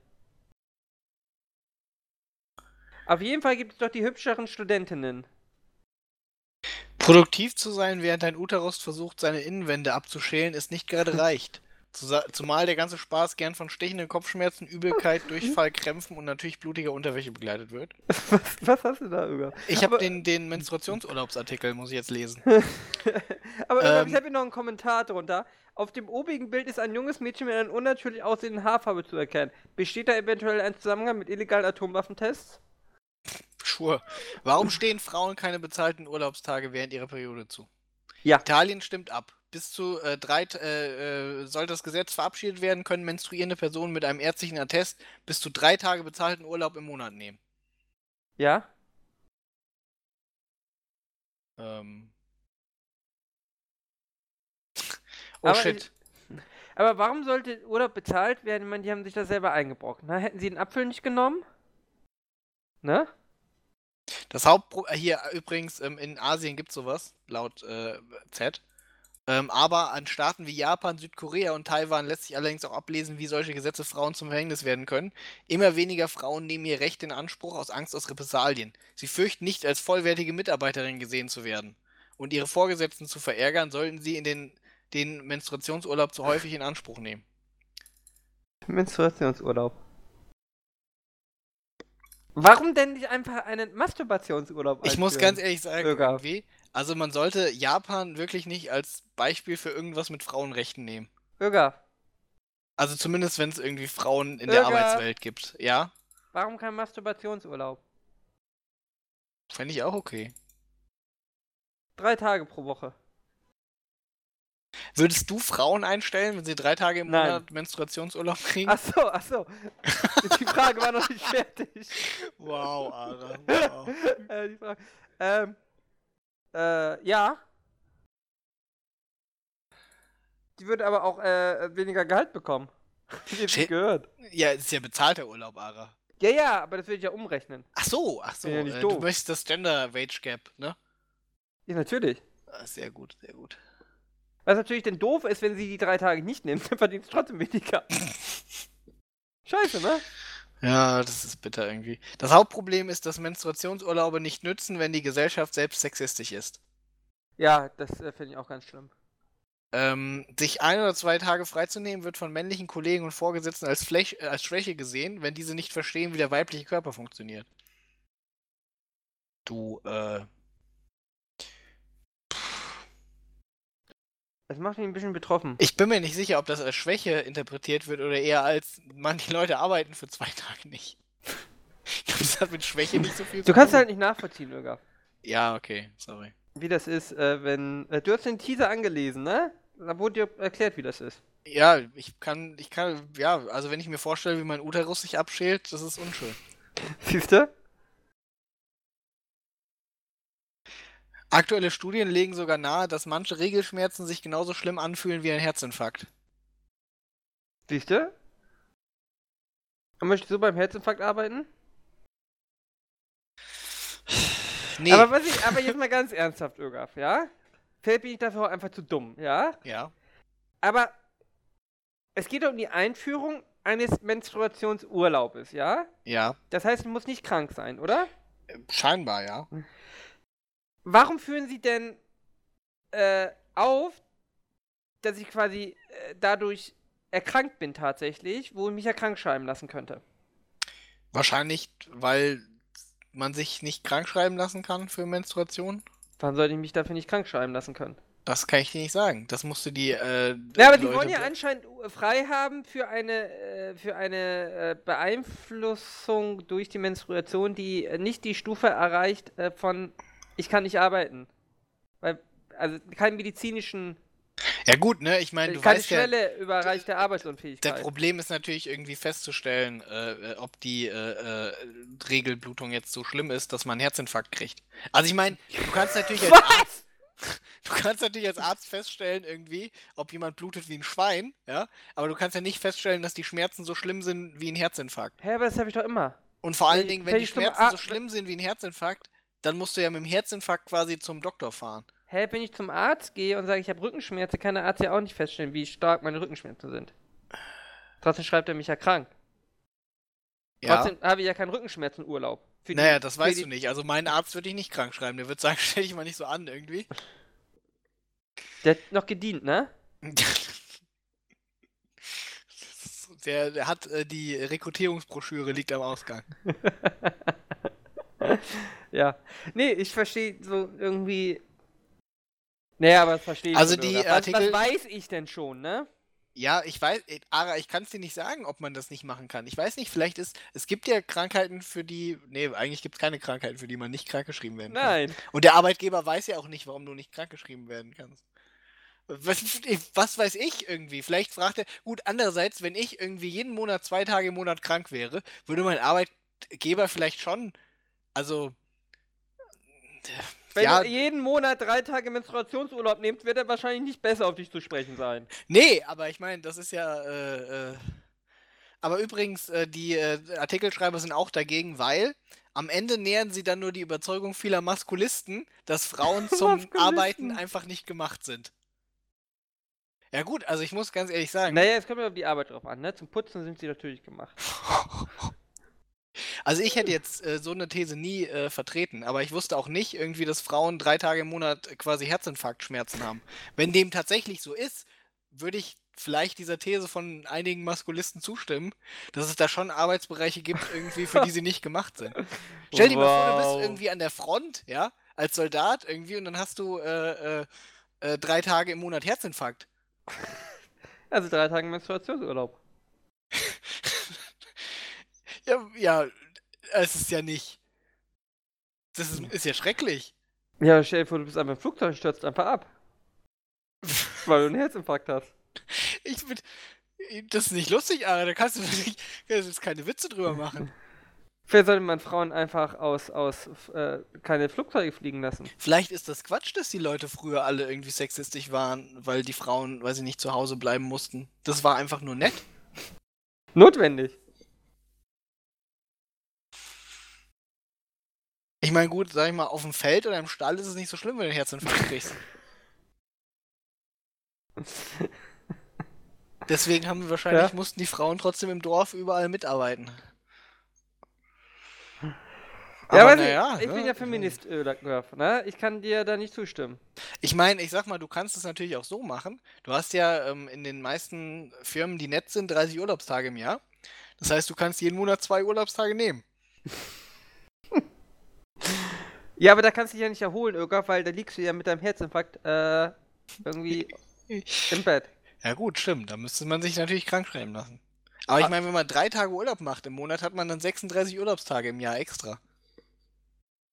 Auf jeden Fall gibt es doch die hübscheren Studentinnen. (laughs) Produktiv zu sein, während dein Uterus versucht, seine Innenwände abzuschälen, ist (laughs) nicht gerade leicht. Zusa- Zumal der ganze Spaß gern von stechenden Kopfschmerzen, Übelkeit, (laughs) Durchfall, Krämpfen und natürlich blutiger Unterwäsche begleitet wird. Was, was hast du da, Irga? Ich habe Aber- den, den Menstruationsurlaubsartikel, muss ich (laughs) jetzt lesen. Aber ähm, ich Ähm. habe hier noch einen Kommentar drunter. Auf dem obigen Bild ist ein junges Mädchen mit einer unnatürlich aussehenden Haarfarbe zu erkennen. Besteht da eventuell ein Zusammenhang mit illegalen Atomwaffentests? Sure. Warum stehen Frauen keine bezahlten Urlaubstage während ihrer Periode zu? Ja. Italien stimmt ab. Bis zu äh, drei, T- äh, äh, soll das Gesetz verabschiedet werden, können menstruierende Personen mit einem ärztlichen Attest bis zu drei Tage bezahlten Urlaub im Monat nehmen. Ja? Ähm. Oh Aber shit. Aber warum sollte Urlaub bezahlt werden? Ich meine, die haben sich das selber eingebrockt. Na, hätten sie einen Apfel nicht genommen? Ne? Das Hauptproblem, hier äh, übrigens, ähm, in Asien gibt sowas, laut äh, Z. Ähm, aber an Staaten wie Japan, Südkorea und Taiwan lässt sich allerdings auch ablesen, wie solche Gesetze Frauen zum Verhängnis werden können. Immer weniger Frauen nehmen ihr Recht in Anspruch aus Angst aus Repressalien. Sie fürchten nicht, als vollwertige Mitarbeiterin gesehen zu werden. Und ihre Vorgesetzten zu verärgern, sollten sie in den, den Menstruationsurlaub zu häufig in Anspruch nehmen. Menstruationsurlaub. Warum denn nicht einfach einen Masturbationsurlaub Ich muss einführen? ganz ehrlich sagen, Bürger. irgendwie, also man sollte Japan wirklich nicht als Beispiel für irgendwas mit Frauenrechten nehmen. Bürger, Also zumindest, wenn es irgendwie Frauen in der Bürger. Arbeitswelt gibt. Ja, warum kein Masturbationsurlaub? fände ich auch okay. Drei Tage pro Woche. Würdest du Frauen einstellen, wenn sie drei Tage im Nein. Monat Menstruationsurlaub (laughs) kriegen? Ach so, ach so. (laughs) Die Frage war noch nicht (laughs) fertig. Wow, Ara, (laughs) wow. äh, die Frage. Ähm, äh, ja. Die würde aber auch äh, weniger Gehalt bekommen. (laughs) Die hab ich Shit. gehört. Ja, es ist ja bezahlter Urlaub, Ara. Ja, ja, aber das würde ich ja umrechnen. Ach so, ach so. Bin ja nicht äh, du doof. möchtest das Gender Wage Gap, ne? Ja, natürlich. Ah, Sehr gut, sehr gut. Weil Was natürlich dann doof ist, wenn sie die drei Tage nicht nimmt, (laughs) dann verdient sie trotzdem (laughs) weniger. Scheiße, ne? Ja, das ist bitter irgendwie. Das Hauptproblem ist, dass Menstruationsurlaube nicht nützen, wenn die Gesellschaft selbst sexistisch ist. Ja, das äh, finde ich auch ganz schlimm. Ähm, sich ein oder zwei Tage freizunehmen, wird von männlichen Kollegen und Vorgesetzten als, Flech äh, als Schwäche gesehen, wenn diese nicht verstehen, wie der weibliche Körper funktioniert. Du, äh, Das macht mich ein bisschen betroffen. ich bin mir nicht sicher, ob das als Schwäche interpretiert wird oder eher als, manche Leute arbeiten für zwei (laughs) Tage nicht. Ich glaube, das hat mit Schwäche nicht so viel Du kannst halt nicht nachvollziehen, Olga. Ja, okay, sorry. Wie das ist, äh, wenn. Äh, du hast den Teaser angelesen, ne? Da wurde dir erklärt, wie das ist. Ja, ich kann, ich kann, ja, also wenn ich mir vorstelle, wie mein Uterus sich abschält, das ist unschön. Siehst du? Aktuelle Studien legen sogar nahe, dass manche Regelschmerzen sich genauso schlimm anfühlen wie ein Herzinfarkt. Siehst du? Und möchtest du beim Herzinfarkt arbeiten? Nee. Aber, was ich, aber jetzt mal ganz ernsthaft, Ögaf, ja? Vielleicht bin ich dafür auch einfach zu dumm, ja? ja. Aber es geht um die Einführung eines Menstruationsurlaubes, ja? Ja. Das heißt, man muss nicht krank sein, oder? Scheinbar, ja. Warum führen Sie denn äh, auf, dass ich quasi äh, dadurch erkrankt bin tatsächlich, wo ich mich ja krank schreiben lassen könnte? Wahrscheinlich, weil man sich nicht krank schreiben lassen kann für Menstruation. Wann sollte ich mich dafür nicht krank schreiben lassen können? Das kann ich dir nicht sagen. Das musste die. Äh, Ja, aber die Leute- wollen ja anscheinend äh, frei haben für eine, äh, für eine äh, Beeinflussung durch die Menstruation, die äh, nicht die Stufe erreicht äh, von ich kann nicht arbeiten. Weil, also keinen medizinischen, Ja, gut, ne? Ich meine, äh, du keine weißt ja, schnelle überreichte der Arbeitsunfähigkeit. Problem ist natürlich irgendwie festzustellen, äh, äh, ob die äh, äh, Regelblutung jetzt so schlimm ist, dass man einen Herzinfarkt kriegt. Also, ich meine, du kannst natürlich als Arzt. (laughs) (laughs) Was? Du kannst natürlich als Arzt feststellen, irgendwie, ob jemand blutet wie ein Schwein, ja, aber du kannst ja nicht feststellen, dass die Schmerzen so schlimm sind wie ein Herzinfarkt. Hä, aber das habe ich doch immer. Und vor allen Wenn- Dingen, wenn wenn die ich zum Schmerzen so Ar- schlimm sind wie ein Herzinfarkt, dann musst du ja mit dem Herzinfarkt quasi zum Doktor fahren. Hä, wenn ich zum Arzt gehe und sage, ich habe Rückenschmerzen, kann der Arzt ja auch nicht feststellen, wie stark meine Rückenschmerzen sind. Trotzdem schreibt er mich ja krank. Ja. Trotzdem habe ich ja keinen Rückenschmerzenurlaub. Für die- Naja, das für weißt die- du nicht. Also mein Arzt würde dich nicht krank schreiben. Der würde sagen, (laughs) stell dich mal nicht so an irgendwie. Der hat noch gedient, ne? (laughs) (laughs) Der, der hat äh, die Rekrutierungsbroschüre liegt am Ausgang. Ja. Nee, ich verstehe so irgendwie. Naja, aber das verstehe ich Also schon, die Olga. was, Artikel- was weiß ich denn schon, ne? Ja, ich weiß, äh, Ara, ich kann es dir nicht sagen, ob man das nicht machen kann. Ich weiß nicht, vielleicht ist, es gibt ja Krankheiten, für die, nee, eigentlich gibt es keine Krankheiten, für die man nicht krankgeschrieben werden kann. Nein. Und der Arbeitgeber weiß ja auch nicht, warum du nicht krankgeschrieben werden kannst. Was, ich- was weiß ich irgendwie? Vielleicht fragt er, gut, andererseits, wenn ich irgendwie jeden Monat, zwei Tage im Monat krank wäre, würde mein Arbeitgeber vielleicht schon, also, Wenn Ja. du jeden Monat drei Tage Menstruationsurlaub nimmst, wird er wahrscheinlich nicht besser auf dich zu sprechen sein. Nee, aber ich meine, das ist ja. Äh, äh, aber übrigens, äh, die äh, Artikelschreiber sind auch dagegen, weil am Ende nähern sie dann nur die Überzeugung vieler Maskulisten, dass Frauen zum Maskulisten. Arbeiten einfach nicht gemacht sind. Ja, gut, also ich muss ganz ehrlich sagen. Naja, es kommt ja auf die Arbeit drauf an, ne? Zum Putzen sind sie natürlich gemacht. Also ich hätte jetzt äh, so eine These nie äh, vertreten, aber ich wusste auch nicht irgendwie, dass Frauen drei Tage im Monat quasi Herzinfarktschmerzen haben. Wenn dem tatsächlich so ist, würde ich vielleicht dieser These von einigen Maskulisten zustimmen, dass es da schon Arbeitsbereiche gibt, irgendwie, für die sie nicht gemacht sind. Stell dir mal vor, du Wow. bist irgendwie an der Front, ja, als Soldat irgendwie und dann hast du äh, äh, äh, drei Tage im Monat Herzinfarkt. Also drei Tage Menstruationsurlaub. Ja, ja, es ist ja nicht. Das ist, ist ja schrecklich. Ja, stell dir vor, du bist einfach im Flugzeug und stürzt einfach ab. (laughs) weil du einen Herzinfarkt hast. Ich bin. Das ist nicht lustig, aber da kannst du nicht, kannst du jetzt keine Witze drüber (laughs) machen. Vielleicht sollte man Frauen einfach aus, aus f- äh, keine Flugzeuge fliegen lassen. Vielleicht ist das Quatsch, dass die Leute früher alle irgendwie sexistisch waren, weil die Frauen, weil sie nicht zu Hause bleiben mussten. Das war einfach nur nett. Notwendig. Ich meine, gut, sag (laughs) ich mal, auf dem Feld oder im Stall ist es nicht so schlimm, wenn du einen Herzinfarkt kriegst. Deswegen haben wir wahrscheinlich, Ja. mussten die Frauen trotzdem im Dorf überall mitarbeiten. ja, aber na ja, ich, ich bin ne? ja Feminist, Olaf, ne? Ich kann dir da nicht zustimmen. Ich meine, ich sag mal, du kannst es natürlich auch so machen. Du hast ja ähm, in den meisten Firmen, die nett sind, 30 Urlaubstage im Jahr. Das heißt, du kannst jeden Monat zwei Urlaubstage nehmen. Ja, aber da kannst du dich ja nicht erholen, Olaf, weil da liegst du ja mit deinem Herzinfarkt äh, (laughs) irgendwie im Bett. Ja gut, stimmt. Da müsste man sich natürlich krank schreiben lassen. Aber ich meine, wenn man drei Tage Urlaub macht im Monat, hat man dann 36 Urlaubstage im Jahr extra.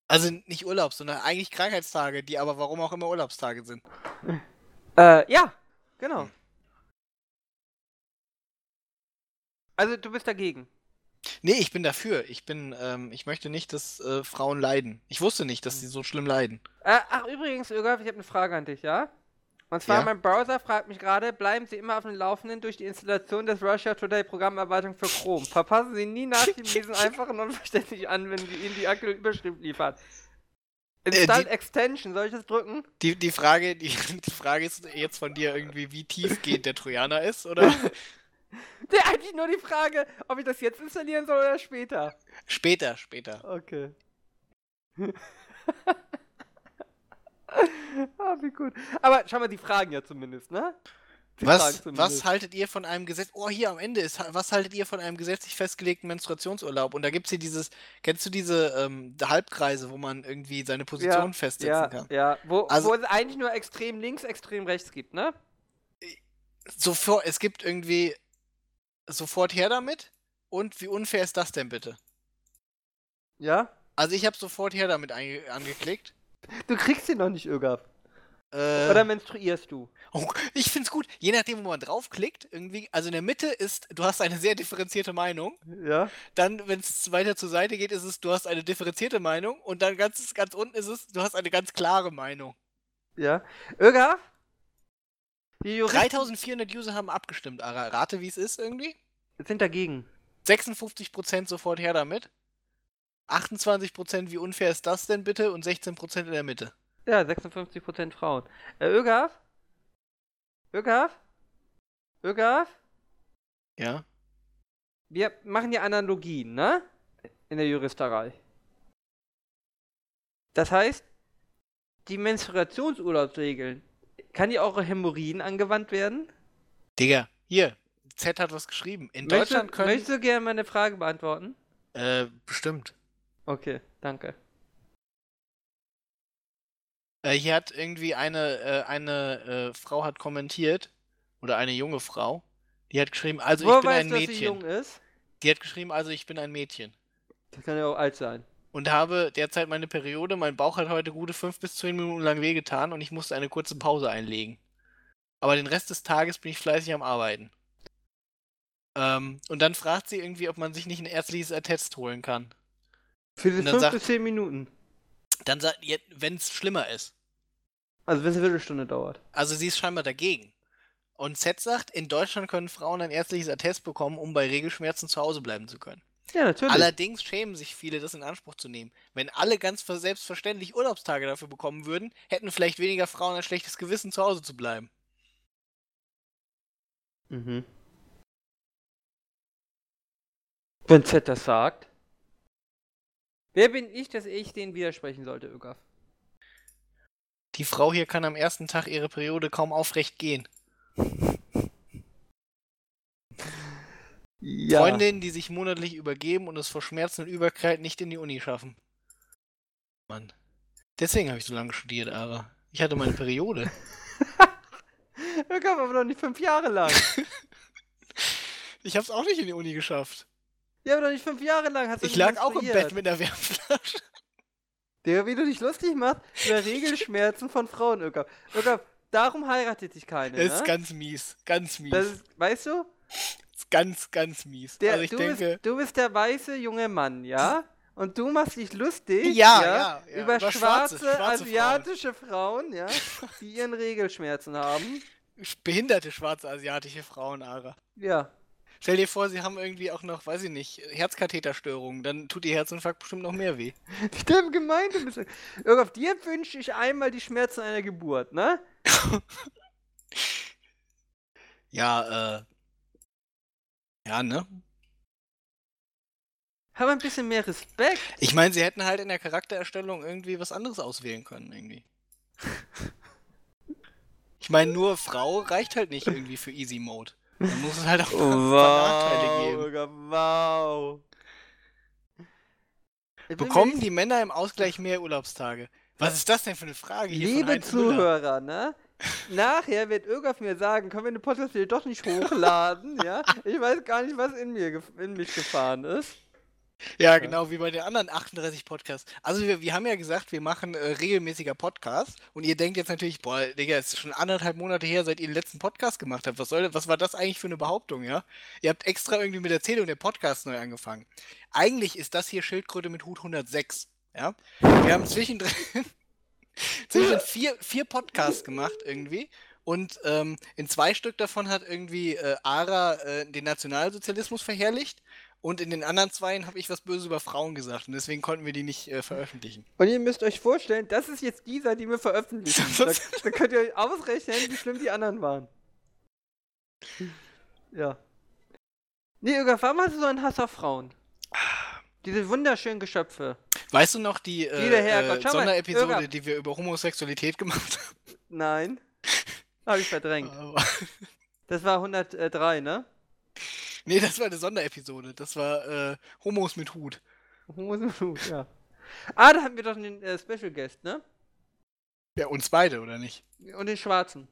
Also nicht Urlaub, sondern eigentlich Krankheitstage, die aber warum auch immer Urlaubstage sind. Äh, ja, genau. Also du bist dagegen. Nee, ich bin dafür. Ich bin, ähm, ich möchte nicht, dass äh, Frauen leiden. Ich wusste nicht, dass sie so schlimm leiden. Äh, ach, übrigens, Olaf, ich habe eine Frage an dich, ja? Und zwar, Ja. mein Browser fragt mich gerade, bleiben Sie immer auf dem Laufenden durch die Installation des Russia Today Programmerweiterung für Chrome. Verpassen Sie nie nach dem (laughs) Lesen einfachen und verständlich an, wenn Sie Ihnen die aktuelle Überschrift liefert. Äh, die- Install Extension, soll ich das drücken? (laughs) Die, die Frage, die, (laughs) die Frage ist jetzt von dir irgendwie, wie tiefgehend der Trojaner (laughs) ist, oder? Der eigentlich nur die Frage, ob ich das jetzt installieren soll oder später. Später, später. Okay. (laughs) ah, wie gut. Aber schau mal, die fragen ja zumindest, ne? Die Was, fragen was zumindest. haltet ihr von einem Gesetz? Oh, hier am Ende ist, was haltet ihr von einem gesetzlich festgelegten Menstruationsurlaub? Und da gibt es hier dieses, kennst du diese ähm, Halbkreise, wo man irgendwie seine Position festsetzen ja, kann? Ja, wo, Also- wo es eigentlich nur extrem links, extrem rechts gibt, ne? Sofort, es gibt irgendwie sofort her damit. Und wie unfair ist das denn bitte? Ja? Also ich habe sofort her damit einge- angeklickt. Du kriegst den noch nicht, Ögaf. Äh, Oder menstruierst du? Oh, ich find's gut. Je nachdem, wo man draufklickt, irgendwie, also in der Mitte ist, du hast eine sehr differenzierte Meinung. Ja? Dann, wenn es weiter zur Seite geht, ist es, du hast eine differenzierte Meinung. Und dann ganz, ganz unten ist es, du hast eine ganz klare Meinung. Ja. Ögaf? Die Juristen 3400 User haben abgestimmt, Ara. Rate, wie es ist irgendwie. sind dagegen. 56% sofort her damit. 28% wie unfair ist das denn bitte? Und 16% in der Mitte. Ja, 56% Frauen. Äh, Ögaf? Ögaf? Ögaf? Ja. Wir machen ja Analogien, ne? In der Juristerei. Das heißt, die Menstruationsurlaubsregeln, kann die auch auf Hämorrhoiden angewandt werden? Digga, hier. Z hat was geschrieben. In Möchtest du- Deutschland können. Möchtest du gerne meine Frage beantworten? Äh, bestimmt. Okay, danke. Also Äh, hier hat irgendwie eine, äh, eine äh, Frau hat kommentiert, oder eine junge Frau, die hat geschrieben, also ich Woher bin ein weißt du, dass sie jung Mädchen. ist? Die hat geschrieben, also ich bin ein Mädchen. Das kann ja auch alt sein. Und habe derzeit meine Periode, mein Bauch hat heute gute fünf bis zehn Minuten lang wehgetan und ich musste eine kurze Pause einlegen. Aber den Rest des Tages bin ich fleißig am Arbeiten. Ähm, und dann fragt sie irgendwie, ob man sich nicht ein ärztliches Attest holen kann. Für Und diese dann 5 sagt- bis 10 Minuten. Dann sagt, wenn es schlimmer ist. Also bis eine Viertelstunde dauert. Also sie ist scheinbar dagegen. Und Z sagt, in Deutschland können Frauen ein ärztliches Attest bekommen, um bei Regelschmerzen zu Hause bleiben zu können. Ja, natürlich. Allerdings schämen sich viele, das in Anspruch zu nehmen. Wenn alle ganz ver- selbstverständlich Urlaubstage dafür bekommen würden, hätten vielleicht weniger Frauen ein schlechtes Gewissen, zu Hause zu bleiben. Mhm. Wenn Z das sagt. Wer bin ich, dass ich denen widersprechen sollte, Ögaf? Die Frau hier kann am ersten Tag ihre Periode kaum aufrecht gehen. (laughs) Ja. Freundinnen, die sich monatlich übergeben und es vor Schmerzen und Übelkeit nicht in die Uni schaffen. Mann. Deswegen habe ich so lange studiert, Ara. Ich hatte meine Periode. Ögaf, aber doch nicht fünf Jahre (laughs) lang. Ich habe es auch nicht in die Uni geschafft. ja, aber doch nicht fünf Jahre lang. Hast du Ich nicht lag auch im menstruiert. Bett mit einer Wärmflasche. Der, wie du dich lustig machst, über Regelschmerzen von Frauen, Ögaf. Ögaf, darum heiratet dich keine, Das (laughs) ist ne? ganz mies. Ganz mies. Das Das ist, weißt du? ist ganz, ganz mies. Der, also ich du, denke. bist, du bist der weiße junge Mann, ja? Und du machst dich lustig Ja, ja, ja, über über schwarze, schwarze- schwarze asiatische Frauen, ja, die ihren Regelschmerzen haben. Behinderte schwarze asiatische Frauen, Ara. Ja. Stell dir vor, sie haben irgendwie auch noch, weiß ich nicht, Herzkatheterstörungen. Dann tut ihr Herzinfarkt bestimmt noch mehr weh. Stimmt, gemeint. du bist- Irgendwann, dir wünsche ich einmal die Schmerzen einer Geburt, ne? Ja, äh. Ja, ne? Haben ein bisschen mehr Respekt. Ich meine, sie hätten halt in der Charaktererstellung irgendwie was anderes auswählen können, (laughs) irgendwie. Ich meine, nur Frau reicht halt nicht irgendwie für Easy Mode. Dann muss es halt auch Nachteile geben. Digga, wow. Ich bin mir Bekommen nicht- die Männer im Ausgleich mehr Urlaubstage? Was ist das denn für eine Frage hier? von Liebe Heinz Müller? Zuhörer, ne? Nachher wird irgendwas mir sagen, können wir den Podcast hier doch nicht hochladen, ja? Ich weiß gar nicht, was in, mir gef- in mich gefahren ist. Ja, genau, wie bei den anderen 38 Podcasts. Also wir, wir haben ja gesagt, wir machen äh, regelmäßiger Podcast und ihr denkt jetzt natürlich, boah, Digga, es ist schon anderthalb Monate her, seit ihr den letzten Podcast gemacht habt. Was soll, was war das eigentlich für eine Behauptung, ja? Ihr habt extra irgendwie mit der Zählung der Podcasts neu angefangen. Eigentlich ist das hier Schildkröte mit Hut 106, ja? Wir haben zwischendrin, (laughs) zwischendrin vier, vier Podcasts gemacht irgendwie. Und ähm, in zwei Stück davon hat irgendwie äh, Ara äh, den Nationalsozialismus verherrlicht. Und in den anderen zweien habe ich was Böses über Frauen gesagt und deswegen konnten wir die nicht äh, veröffentlichen. Und ihr müsst euch vorstellen, das ist jetzt dieser, die wir veröffentlichen. Da, da könnt ihr euch ausrechnen, wie schlimm die anderen waren. Ja. Nee, Irga, warum hast du so einen Hass auf Frauen? Diese wunderschönen Geschöpfe. Weißt du noch die äh, Lieber Herrgott, äh, schau mal, Sonderepisode, Irga. die wir über Homosexualität gemacht (laughs) haben? Nein. Habe ich verdrängt. Das war 103, ne? nee, das war eine Sonderepisode. Das war äh, Homos mit Hut. Hosen und Hut, ja. Ah, da haben wir doch einen äh, Special Guest, ne? Ja, uns beide, oder nicht? Und den Schwarzen.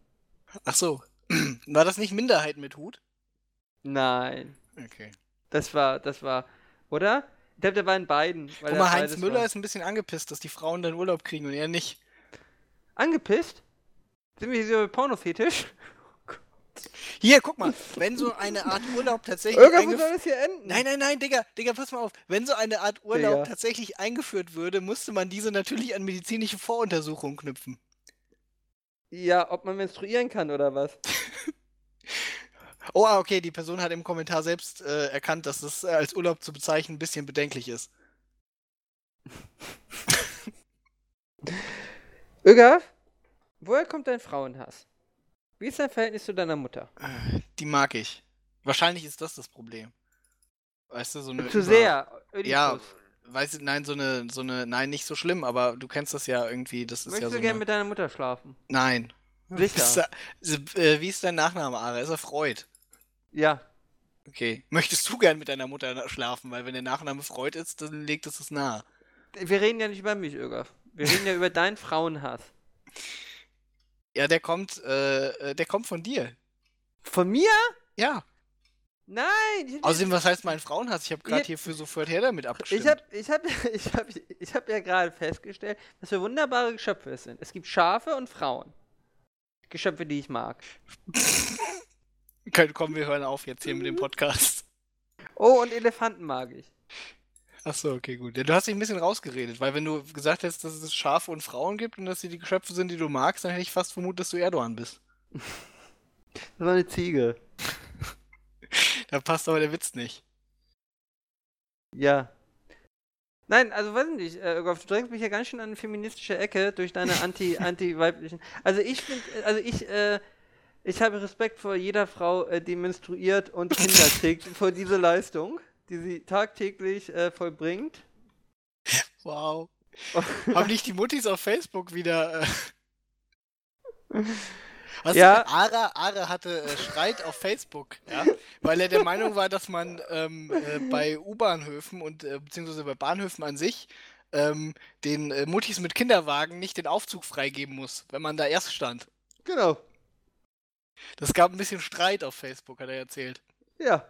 Ach so. (clears throat) War das nicht Minderheit mit Hut? Nein. Okay. Das war, das war, oder? Ich glaube, der war in beiden. Weil Guck er mal, Heinz beides Müller war. ist ein bisschen angepisst, dass die Frauen dann Urlaub kriegen und er nicht. Angepisst? Sind wir hier so Pornofetisch? Hier, guck mal, wenn so eine Art Urlaub tatsächlich Irgendwo eingef- soll das hier enden. Nein, nein, nein, Digga, Digga, pass mal auf. Wenn so eine Art Urlaub Digga. tatsächlich eingeführt würde, müsste man diese natürlich an medizinische Voruntersuchungen knüpfen. Ja, ob man menstruieren kann oder was? Oh, ah, okay, die Person hat im Kommentar selbst äh, erkannt, dass es äh, als Urlaub zu bezeichnen ein bisschen bedenklich ist. Öga, woher kommt dein Frauenhass? Wie ist dein Verhältnis zu deiner Mutter? Die mag ich. Wahrscheinlich ist das das Problem. Weißt du, so eine. Zu über- sehr. Ödipus. Ja, weißt du, nein, so eine, so eine, nein, nicht so schlimm, aber du kennst das ja irgendwie, das ist Möchtest ja so du gerne eine, mit deiner Mutter schlafen? Nein. (laughs) Ist Sicher. da, ist, äh, wie ist dein Nachname, Ara? Ist er Freud? Ja. Okay. Möchtest du gern mit deiner Mutter na- schlafen? Weil wenn der Nachname Freud ist, dann legt es es nahe. Wir reden ja nicht über mich, Öga. Wir reden ja über deinen Frauenhass. Ja, der kommt, äh, äh, der kommt von dir. Von mir? Ja. Nein! Ich hab, Außerdem, was heißt mein Frauenhass? Ich habe gerade Ihr- hier für sofort her damit abgestimmt. ich hab, ich hab, ich hab, (laughs) ich hab ja gerade festgestellt, dass wir wunderbare Geschöpfe es sind. Es gibt Schafe und Frauen. Geschöpfe, die ich mag. Okay, komm, wir hören auf jetzt hier mit dem Podcast. (laughs) Oh, und Elefanten mag ich. Ach so, okay, gut. Ja, du hast dich ein bisschen rausgeredet, weil wenn du gesagt hättest, dass es Schafe und Frauen gibt und dass sie die Geschöpfe sind, die du magst, dann hätte ich fast vermutet, dass du Erdogan bist. Das war eine Ziege. Da passt aber der Witz nicht. Ja. Nein, also weiß nicht, äh, Golf, du drängst mich ja ganz schön an eine feministische Ecke durch deine anti, anti-weiblichen. Also ich finde, also ich, äh, ich habe Respekt vor jeder Frau, äh, die menstruiert und Kinder kriegt, vor diese Leistung, die sie tagtäglich äh, vollbringt. (laughs) Wow. Haben nicht die Muttis auf Facebook wieder. Äh... (laughs) Was Ja. Ara, Ara hatte äh, Streit auf Facebook, ja, weil er der Meinung war, dass man ähm, äh, bei U-Bahnhöfen und äh, beziehungsweise bei Bahnhöfen an sich ähm, den äh, Muttis mit Kinderwagen nicht den Aufzug freigeben muss, wenn man da erst stand. Genau. Das gab ein bisschen Streit auf Facebook, hat er erzählt. Ja.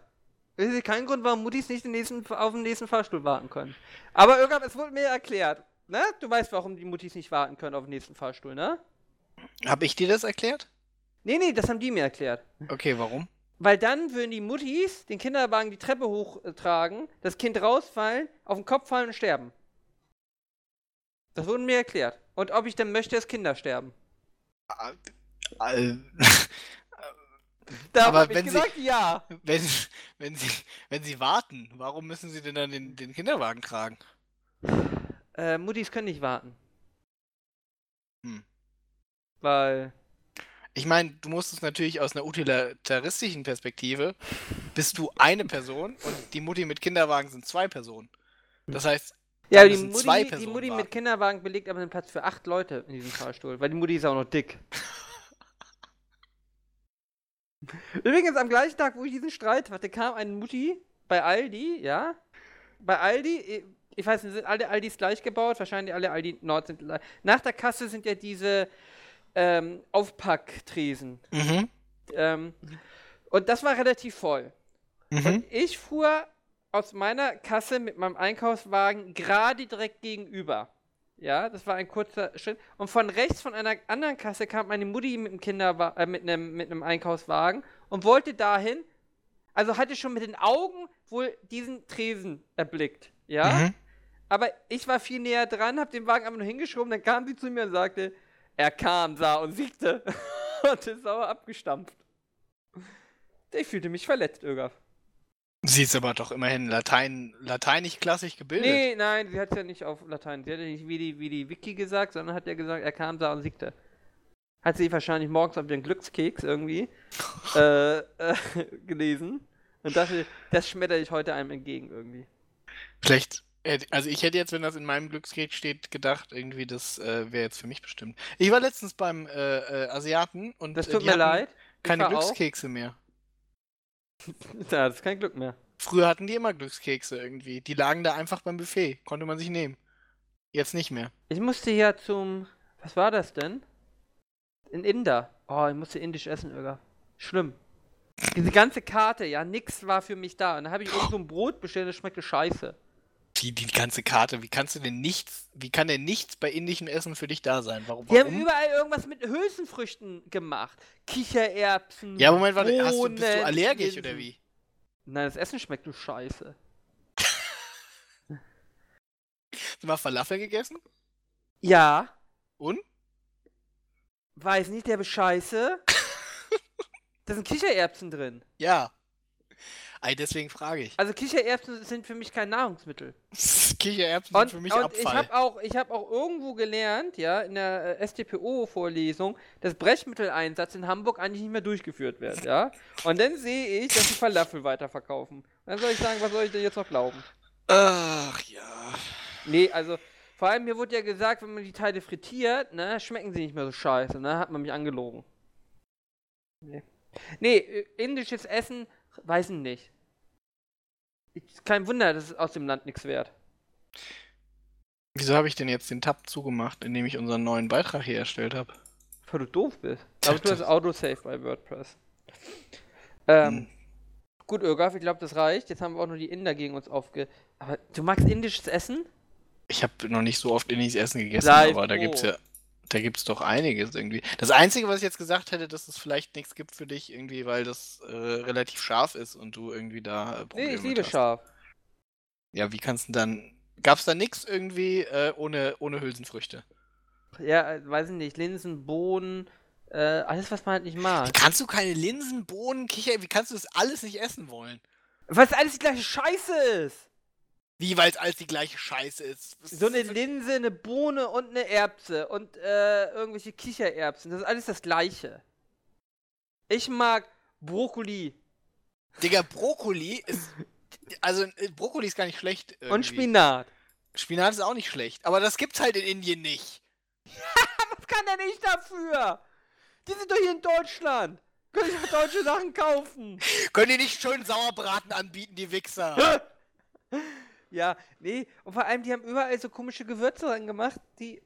Ich sehe keinen Grund, warum Muttis nicht den nächsten, auf den nächsten Fahrstuhl warten können. Aber irgendwann, es wurde mir erklärt, ne? Du weißt, warum die Muttis nicht warten können auf den nächsten Fahrstuhl, ne? Hab ich dir das erklärt? Nee, nee, das haben die mir erklärt. Okay, warum? Weil dann würden die Muttis den Kinderwagen die Treppe hochtragen, das Kind rausfallen, auf den Kopf fallen und sterben. Das wurde mir erklärt. Und ob ich denn möchte, dass Kinder sterben. Äh, Da Aber habe ich wenn sie- gesagt, ja. Wenn, (laughs) wenn, sie, wenn sie warten, warum müssen sie denn dann den, den Kinderwagen tragen? Äh, Muttis können nicht warten. Hm. Weil. Ich meine, du musst es natürlich aus einer utilitaristischen Perspektive, bist du eine Person und die Mutti mit Kinderwagen sind zwei Personen. Das heist, Ja, dann die müssen zwei Mutti, die Personen Mutti warten. mit Kinderwagen belegt aber den Platz für acht Leute in diesem Fahrstuhl, weil die Mutti ist auch noch dick. (laughs) Übrigens, am gleichen Tag, wo ich diesen Streit hatte, kam eine Mutti bei Aldi, ja? Bei Aldi, eh, ich weiß nicht, sind alle Aldis gleich gebaut? Wahrscheinlich alle Aldi Nord sind gleich. Nach der Kasse sind ja diese ähm, Aufpacktresen. Mhm. Ähm, und das war relativ voll. Mhm. Und ich fuhr aus meiner Kasse mit meinem Einkaufswagen gerade direkt gegenüber. Ja, das war ein kurzer Schritt. Und von rechts von einer anderen Kasse kam meine Mutti mit einem, Kinderwa äh, mit einem, mit einem Einkaufswagen und wollte dahin, also hatte schon mit den Augen wohl diesen Tresen erblickt. Ja, Mhm. aber ich war viel näher dran, hab den Wagen einfach nur hingeschoben, dann kam sie zu mir und sagte, er kam, sah und siegte (laughs) und ist sauer abgestampft. Ich fühlte mich verletzt, Ögaf. Sie ist aber doch immerhin Latein, lateinisch klassisch gebildet. Nee, nein, sie hat ja nicht auf Latein. Sie hat ja nicht wie die, wie die Wiki gesagt, sondern hat ja gesagt, er kam, sah und siegte. Hat sie wahrscheinlich morgens auf den Glückskeks (laughs) irgendwie äh, äh, gelesen und dachte, das schmetter ich heute einem entgegen irgendwie. Vielleicht. hätte- Also ich hätte jetzt, wenn das in meinem Glückskeks steht, gedacht, irgendwie, das äh, wäre jetzt für mich bestimmt. Ich war letztens beim äh, äh, Asiaten und Das äh, tut die mir hatten leid. Ich keine war auch- Glückskekse mehr. Ja, das ist kein Glück mehr. Früher hatten die immer Glückskekse irgendwie. Die lagen da einfach beim Buffet. Konnte man sich nehmen. Jetzt nicht mehr. Ich musste ja zum. Was war das denn? In Inder. Oh, ich musste indisch essen, Irga. Schlimm. Diese ganze Karte, ja, nix war für mich da. Und dann habe ich irgend so ein Brot bestellt, das schmeckte scheiße. Die, die ganze Karte, wie kannst du denn nichts, wie kann denn nichts bei indischem Essen für dich da sein? Warum? Die haben warum? überall irgendwas mit Hülsenfrüchten gemacht. Kichererbsen. ja, Moment, warte, hast du, bist du Bohnen, allergisch Linsen. oder wie? Nein, das Essen schmeckt nur scheiße. Hast du mal Falafel gegessen? Ja, Und? weiß nicht, der ist (laughs) scheiße. da sind Kichererbsen drin. Ja. Ei, deswegen frage ich. (laughs) Also Kichererbsen sind für mich kein Nahrungsmittel. Kichererbsen sind Und, für mich und ich Abfall. habe auch, ich hab auch irgendwo gelernt, ja, in der äh, STPO-Vorlesung, dass Brechmitteleinsatz in Hamburg eigentlich nicht mehr durchgeführt wird, ja. Und dann sehe ich, dass die Falafel weiterverkaufen. Und dann soll ich sagen, was soll ich denn jetzt noch glauben? Ach ja. Nee, also vor allem mir wurde ja gesagt, wenn man die Teile frittiert, ne, schmecken sie nicht mehr so scheiße, ne? Hat man mich angelogen. Nee. Nee, äh, indisches Essen, weiß ich nicht. Ist Kein Wunder, das ist aus dem Land nichts wert. Wieso habe ich denn jetzt den Tab zugemacht, indem ich unseren neuen Beitrag hier erstellt habe? Weil du doof bist. Aber du das- (laughs) hast Autosave bei WordPress. Ähm, Hm. Gut, Ögaf, ich glaube, das reicht. Jetzt haben wir auch nur die Inder gegen uns aufge... Aber du magst indisches Essen? Ich habe noch nicht so oft indisches Essen gegessen, Sei aber da froh. gibt's ja, da gibt's doch einiges irgendwie. Das Einzige, was ich jetzt gesagt hätte, dass es vielleicht nichts gibt für dich irgendwie, weil das äh, relativ scharf ist und du irgendwie da äh, Probleme Nee, ich mit liebe hast. scharf. Ja, wie kannst du dann? Gab's da nichts irgendwie äh, ohne ohne Hülsenfrüchte? Ja, äh, weiß ich nicht. Linsen, Bohnen, äh, alles, was man halt nicht mag. Wie kannst du keine Linsen, Bohnen, Kicher? Wie kannst du das alles nicht essen wollen? Was alles die gleiche Scheiße ist. Wie, weil es alles die gleiche Scheiße ist. Was So eine ist das für- Linse, eine Bohne und eine Erbse und äh, irgendwelche Kichererbsen. Das ist alles das gleiche. Ich mag Brokkoli (laughs) Digga, Brokkoli ist. Also, äh, Brokkoli ist gar nicht schlecht. Irgendwie. und Spinat. Spinat ist auch nicht schlecht. Aber das gibt's halt in Indien nicht. Was kann denn ich dafür? Die sind doch hier in Deutschland. Können ich auch deutsche Sachen kaufen. Können die nicht schön Sauerbraten anbieten, die Wichser? Ja, nee. Und vor allem, die haben überall so komische Gewürze dran gemacht, die.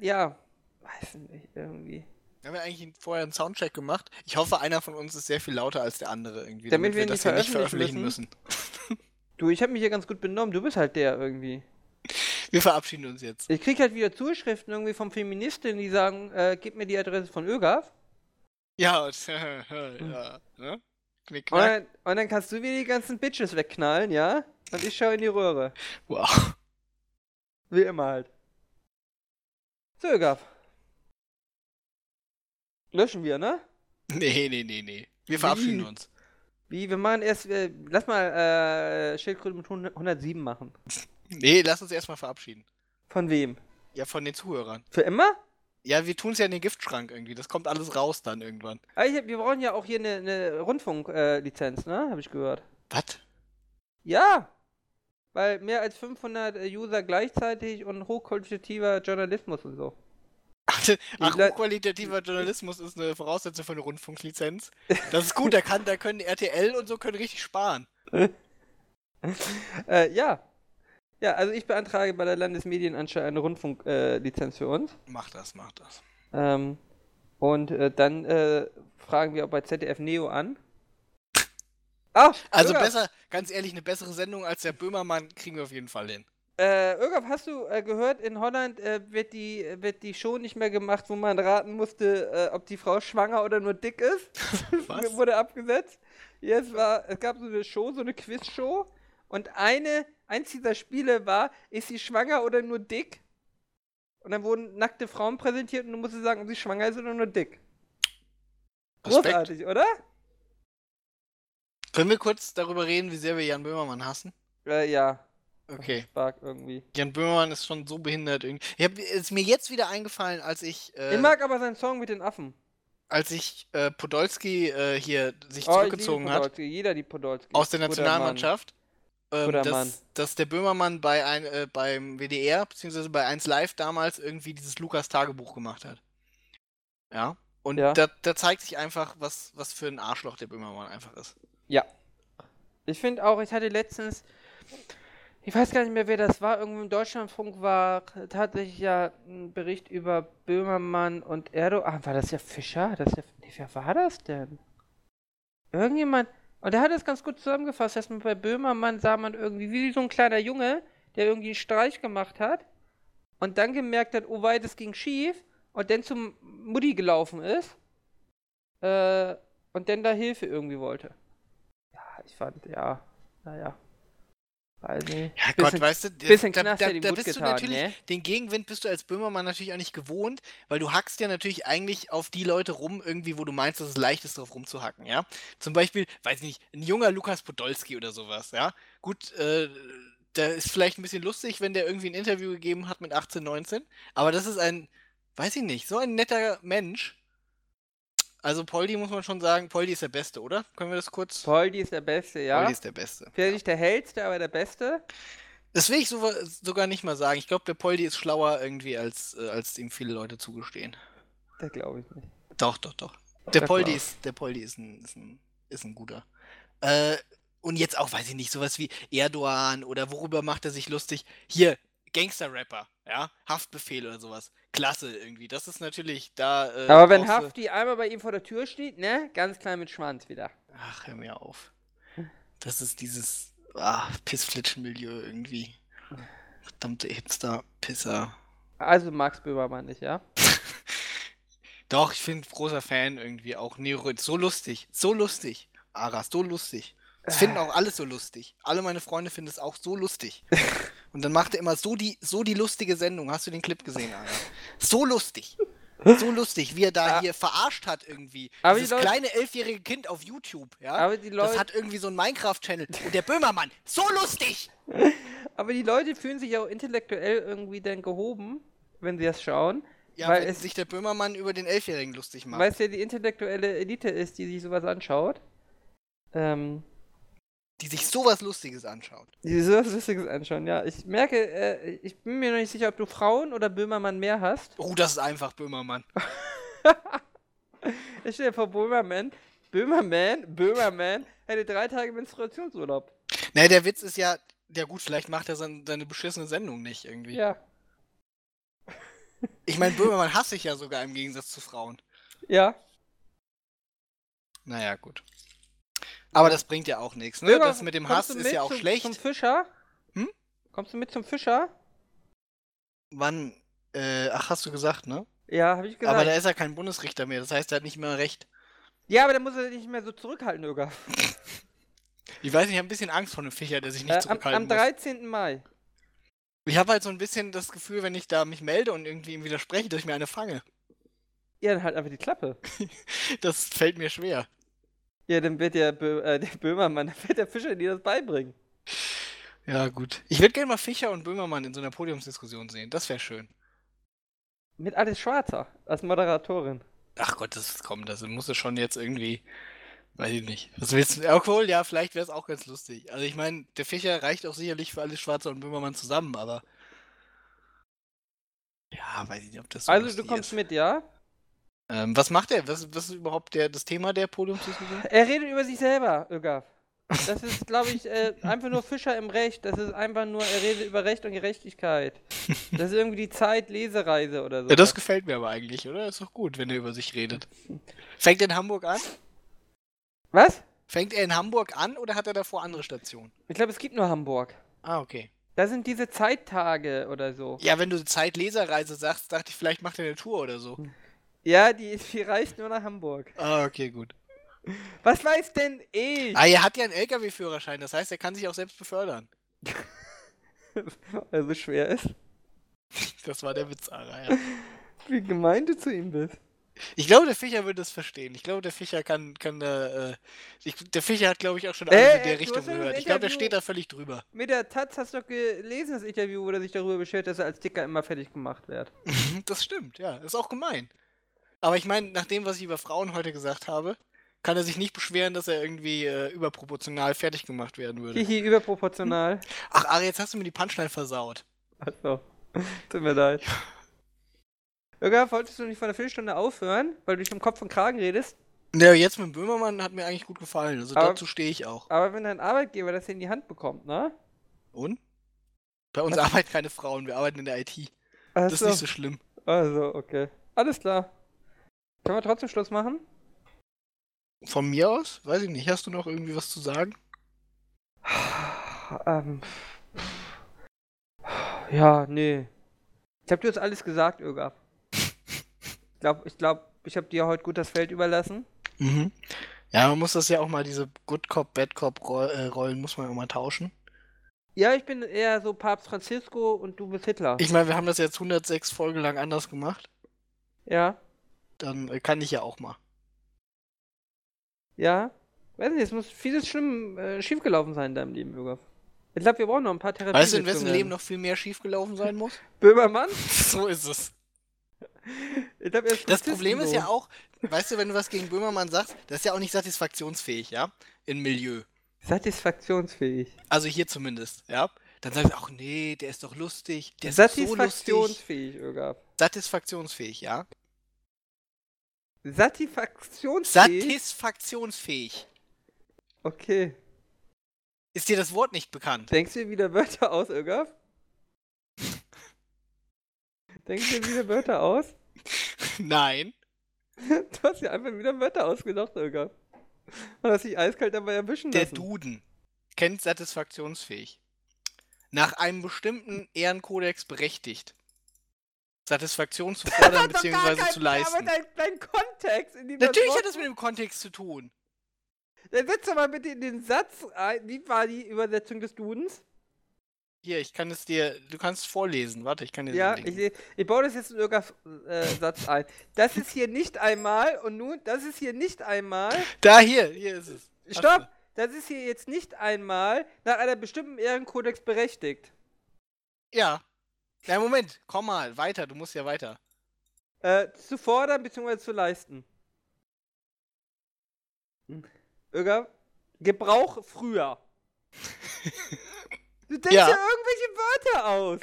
Ja, weiß nicht, irgendwie. Wir haben ja eigentlich vorher einen Soundcheck gemacht. Ich hoffe, einer von uns ist sehr viel lauter als der andere irgendwie. Damit wir ihn das nicht hier nicht veröffentlichen veröffentlichen müssen. Du, ich habe mich hier ganz gut benommen. Du bist halt der irgendwie. Wir verabschieden uns jetzt. Ich krieg halt wieder Zuschriften irgendwie von Feministinnen, die sagen, äh, gib mir die Adresse von Ögaf. (laughs) Ja, und, (laughs) ja. Ne? Knick, Und, knack. dann, und dann kannst du wieder die ganzen Bitches wegknallen, ja? Und ich schau in die Röhre. Wow. (laughs) Wie immer halt. So, Ögaf. Löschen wir, ne? Nee, nee, nee, nee. Wir verabschieden uns. Wie, wir machen erst, äh, lass mal äh, Schildkröte mit 100, 107 machen. Nee, lass uns erstmal verabschieden. Von wem? Ja, von den Zuhörern. Für immer? Ja, wir tun es ja in den Giftschrank irgendwie. Das kommt alles raus dann irgendwann. Ah, ich hab, wir brauchen ja auch hier eine, eine Rundfunklizenz, ne? Habe ich gehört. Was? (laughs) Ja! Weil mehr als 500 User gleichzeitig und hochqualitativer Journalismus und so. Ach, le- hochqualitativer Journalismus ist eine Voraussetzung für eine Rundfunklizenz. Das ist gut, da, kann, da können RTL und so können richtig sparen. Äh, ja. Ja, also ich beantrage bei der Landesmedienanstalt eine Rundfunklizenz äh, Lizenz für uns. Mach das, mach das. Ähm, und äh, dann äh, fragen wir auch bei ZDF Neo an. Ah, Also Irga, besser, ganz ehrlich, eine bessere Sendung als der Böhmermann kriegen wir auf jeden Fall hin. Äh, Irga, hast du äh, gehört, in Holland äh, wird, die, äh, wird die Show nicht mehr gemacht, wo man raten musste, äh, ob die Frau schwanger oder nur dick ist? (laughs) (laughs) Was? Wurde abgesetzt. Ja, es, war, es gab so eine Show, so eine Quizshow. Und eine, eins dieser Spiele war, ist sie schwanger oder nur dick? Und dann wurden nackte Frauen präsentiert und du musstest sagen, ob sie schwanger ist oder nur dick. Respekt. Großartig, oder? Können wir kurz darüber reden, wie sehr wir Jan Böhmermann hassen? Äh, ja. Okay. Stark irgendwie. Jan Böhmermann ist schon so behindert irgendwie. Ich hab, ist mir jetzt wieder eingefallen, als ich, Ich äh, mag aber seinen Song mit den Affen. als ich äh, Podolski äh, hier sich Oh, ich liebe zurückgezogen hat. Podolski. Jeder die Podolski. aus der Guter Nationalmannschaft, ähm, Guter Mann. dass, dass der Böhmermann bei ein, äh, beim WDR bzw. bei 1 Live damals irgendwie dieses Lukas Tagebuch gemacht hat. Ja. Und Ja. Da, da zeigt sich einfach, was, was für ein Arschloch der Böhmermann einfach ist. Ja. Ich finde auch, ich hatte letztens, ich weiß gar nicht mehr, wer das war, irgendwo im Deutschlandfunk war tatsächlich ja ein Bericht über Böhmermann und Erdogan. Ah, war das ja Fischer? Das ja, nee, wer war das denn? Irgendjemand. Und der hat das ganz gut zusammengefasst. Erstmal bei Böhmermann sah man irgendwie wie so ein kleiner Junge, der irgendwie einen Streich gemacht hat und dann gemerkt hat, oh wei, das ging schief und dann zum Mutti gelaufen ist äh, und dann da Hilfe irgendwie wollte. Ich fand, ja, naja. Weiß nicht. Ja, Gott, Bisschen- weißt du, das- bisschen da, Knast da, hätte ihm da gut bist getan, du natürlich, ne? den Gegenwind bist du als Böhmermann natürlich auch nicht gewohnt, weil du hackst ja natürlich eigentlich auf die Leute rum, irgendwie, wo du meinst, dass es leicht ist, drauf rumzuhacken, ja? Zum Beispiel, weiß nicht, ein junger Lukas Podolski oder sowas, ja? Gut, äh, da ist vielleicht ein bisschen lustig, wenn der irgendwie ein Interview gegeben hat mit 18, 19, aber das ist ein, weiß ich nicht, so ein netter Mensch. Also Poldi muss man schon sagen, Poldi ist der Beste, oder? Können wir das kurz? Poldi ist der Beste, ja. Poldi ist der Beste. Vielleicht nicht der hellste, aber der Beste. Das will ich so, sogar nicht mal sagen. Ich glaube, der Poldi ist schlauer irgendwie, als, äh, als ihm viele Leute zugestehen. Das glaube ich nicht. Doch, doch, doch. Der Ja, Poldi klar. ist, der Poldi ist ein, ist ein, ist ein guter. Äh, und jetzt auch, weiß ich nicht, sowas wie Erdogan oder worüber macht er sich lustig? Hier, Gangster-Rapper, ja? Haftbefehl oder sowas. Klasse irgendwie. Das ist natürlich da. Äh, Aber wenn brauchst du- Hafti einmal bei ihm vor der Tür steht, ne? Ganz klein mit Schwanz wieder. Ach, hör mir auf. Das ist dieses ah, Pissflitschen-Milieu irgendwie. Verdammte Hipster, Pisser. Also Max Böhmermann nicht, ja? Doch, ich bin großer Fan irgendwie auch Nero. So lustig, so lustig. Aras, so lustig. Das finden auch alle so lustig. Alle meine Freunde finden es auch (laughs) so lustig. Und dann macht er immer so die, so die lustige Sendung. Hast du den Clip gesehen, Aras? So lustig. So lustig, wie er da Ah. hier verarscht hat irgendwie. Aber die Dieses Leute- kleine elfjährige Kind auf YouTube, ja? Aber die Leute- das hat irgendwie so einen Minecraft-Channel. Und der Böhmermann, so lustig! Aber die Leute fühlen sich ja auch intellektuell irgendwie dann gehoben, wenn sie das schauen. Ja, weil wenn es, sich der Böhmermann über den Elfjährigen lustig macht. weil es ja die intellektuelle Elite ist, die sich sowas anschaut. Ähm, die sich sowas Lustiges anschaut. Die sowas Lustiges anschauen, ja. Ich merke, äh, ich bin mir noch nicht sicher, ob du Frauen oder Böhmermann mehr hast. Oh, das ist einfach Böhmermann. Ich stelle vor, Böhmermann, Böhmermann, Böhmermann hätte drei Tage Menstruationsurlaub. Nee, der Witz ist ja, ja gut, vielleicht macht er sein, seine beschissene Sendung nicht irgendwie. Ja, Ich meine, Böhmermann hasse ich ja sogar im Gegensatz zu Frauen. ja. Naja, gut. Aber das bringt ja auch nichts, ne? Böhmer- das mit dem kommst Hass du ist mit ja auch zum, schlecht. Zum Fischer? Hm? Kommst du mit zum Fischer? Wann, äh, ach, hast du gesagt, ne? Ja, habe ich gesagt. Aber da ist er kein Bundesrichter mehr, das heißt, er hat nicht mehr recht. ja, aber dann muss er nicht mehr so zurückhalten, Öger. Ich weiß nicht, ich habe ein bisschen Angst vor einem Fischer, der sich nicht Äh, am, zurückhalten am muss. 13. Mai. Ich habe halt so ein bisschen das Gefühl, wenn ich da mich melde und irgendwie ihm widerspreche, dass ich mir eine fange. Ja, dann halt einfach die Klappe. Das fällt mir schwer. Ja, dann wird der, Bö äh, der Böhmermann, (laughs) dann wird der Fischer dir das beibringen. Ja, gut. Ich würde gerne mal Fischer und Böhmermann in so einer Podiumsdiskussion sehen. Das wäre schön. Mit Alice Schwarzer als Moderatorin. Ach Gott, das ist, komm, das muss es schon jetzt irgendwie. Weiß ich nicht. Was willst du? Alkohol, ja, vielleicht wäre es auch ganz lustig. Also ich meine, der Fischer reicht auch sicherlich für alles Schwarze und Böhmermann zusammen, aber. Ja, weiß ich nicht, ob das so also du lustig kommst ist. mit, ja? Ähm, was macht er? Was, was ist überhaupt der, das Thema (laughs) der Podiumsdiskussion? Er redet über sich selber, Ögaf. Das ist, glaube ich, äh, einfach nur Fischer im Recht. Das ist einfach nur, er redet über Recht und Gerechtigkeit. Das ist irgendwie die Zeit-Lesereise oder so. Ja, das gefällt mir aber eigentlich, oder? Ist doch gut, wenn er über sich redet. Fängt er in Hamburg an? Was? Fängt er in Hamburg an oder hat er davor andere Stationen? Ich glaube, es gibt nur Hamburg. Ah, okay. Da sind diese Zeittage oder so. Ja, wenn du Zeitleserreise sagst, dachte ich, vielleicht macht er eine Tour oder so. Hm. Ja, die, die reicht nur nach Hamburg. Ah, okay, gut. Was weiß denn ich? Ah, er hat ja einen LKW-Führerschein, das heißt, er kann sich auch selbst befördern. Also schwer ist. Das war der Witz, Ara, ja. Wie gemein du zu ihm bist. Ich glaube, der Fischer würde das verstehen. Ich glaube, der Fischer kann, kann da, äh, ich, der Fischer hat, glaube ich, auch schon alles Äh, in äh, der du Richtung hast ja das gehört. Ich glaube, der Interview- steht da völlig drüber. (laughs) Mit der Taz hast du doch gelesen, das Interview, wo er sich darüber beschwert, dass er als Dicker immer fertig gemacht wird. Das stimmt, ja. Ist auch gemein. Aber ich meine, nach dem, was ich über Frauen heute gesagt habe, kann er sich nicht beschweren, dass er irgendwie äh, überproportional fertig gemacht werden würde. Hihi, (laughs) überproportional. Ach, Ari, jetzt hast du mir die Punchline versaut. Achso. Tut mir leid. Jürgen, wolltest du nicht von der Viertelstunde aufhören, weil du dich im Kopf und Kragen redest? Ja, jetzt mit dem Böhmermann hat mir eigentlich gut gefallen. Also Aber- dazu stehe ich auch. Aber wenn dein Arbeitgeber das in die Hand bekommt, ne? Und? Bei uns arbeiten keine Frauen, wir arbeiten in der IT. Das ist Achso. nicht so schlimm. Also, okay. Alles klar. Können wir trotzdem Schluss machen? Von mir aus? Weiß ich nicht. Hast du noch irgendwie was zu sagen? Ähm. Ja, nee. Ich hab dir jetzt alles gesagt, Irgab. Ich glaub, ich glaub, ich hab dir heute gut das Feld überlassen. Mhm. Ja, man muss das ja auch mal, diese Good Cop, Bad Cop Roll- äh, Rollen muss man auch mal tauschen. Ja, ich bin eher so Papst Francisco und du bist Hitler. Ich meine, wir haben das jetzt 106 Folgen lang anders gemacht. ja, dann äh, kann ich ja auch mal. ja. Weiß nicht, es muss vieles schlimm äh, schiefgelaufen sein in deinem Leben, Irgab. Ich glaub, wir brauchen noch ein paar Therapien. Weißt du, in wessen Leben noch viel mehr schiefgelaufen sein (laughs) muss? Böhmermann? so ist es. Ich glaub, er ist Das Problem ist ja Narzisstenloh. auch, weißt du, wenn du was gegen Böhmermann sagst, das ist ja auch nicht satisfaktionsfähig, ja? Im Milieu. Satisfaktionsfähig. Also hier zumindest, ja? Dann sagst du, ach nee, der ist doch lustig, der ist so lustig. Satisfaktionsfähig, Irgab. Satisfaktionsfähig, ja? Satisfaktionsfähig? Satisfaktionsfähig. okay. Ist dir das Wort (laughs) nicht bekannt? Denkst du dir wieder Wörter aus, Irgaf? Denkst du dir wieder Wörter aus? Nein. Du hast dir einfach wieder Wörter ausgedacht, Irgaf. Und hast dich eiskalt dabei erwischen Der lassen. Duden kennt satisfaktionsfähig. Nach einem bestimmten Ehrenkodex berechtigt. Satisfaktion (laughs) zu Das fordern hat doch gar bzw. keinen- zu leisten. Aber dein, dein Kontext, in dem Natürlich hat das das mit dem Kontext zu tun. Wort, Dann setz doch mal bitte in den Satz ein. Wie war die Übersetzung des Dudens? Hier, ich kann es dir, du kannst vorlesen. Warte, ich kann dir Ja, den Link- ich, seh- ich baue das jetzt in Irgafs äh, Satz ein. Das ist hier nicht einmal und nun, das ist hier nicht einmal. Da, hier, hier ist es. Hast Stopp! Das ist hier jetzt nicht einmal nach einer bestimmten Ehrenkodex berechtigt. du. Ja. Na, Moment, komm mal, weiter, du musst ja weiter. Äh, zu fordern bzw. zu leisten. Hm. Öger, Gebrauch früher. Du denkst Ja. ja, irgendwelche Wörter (laughs) aus.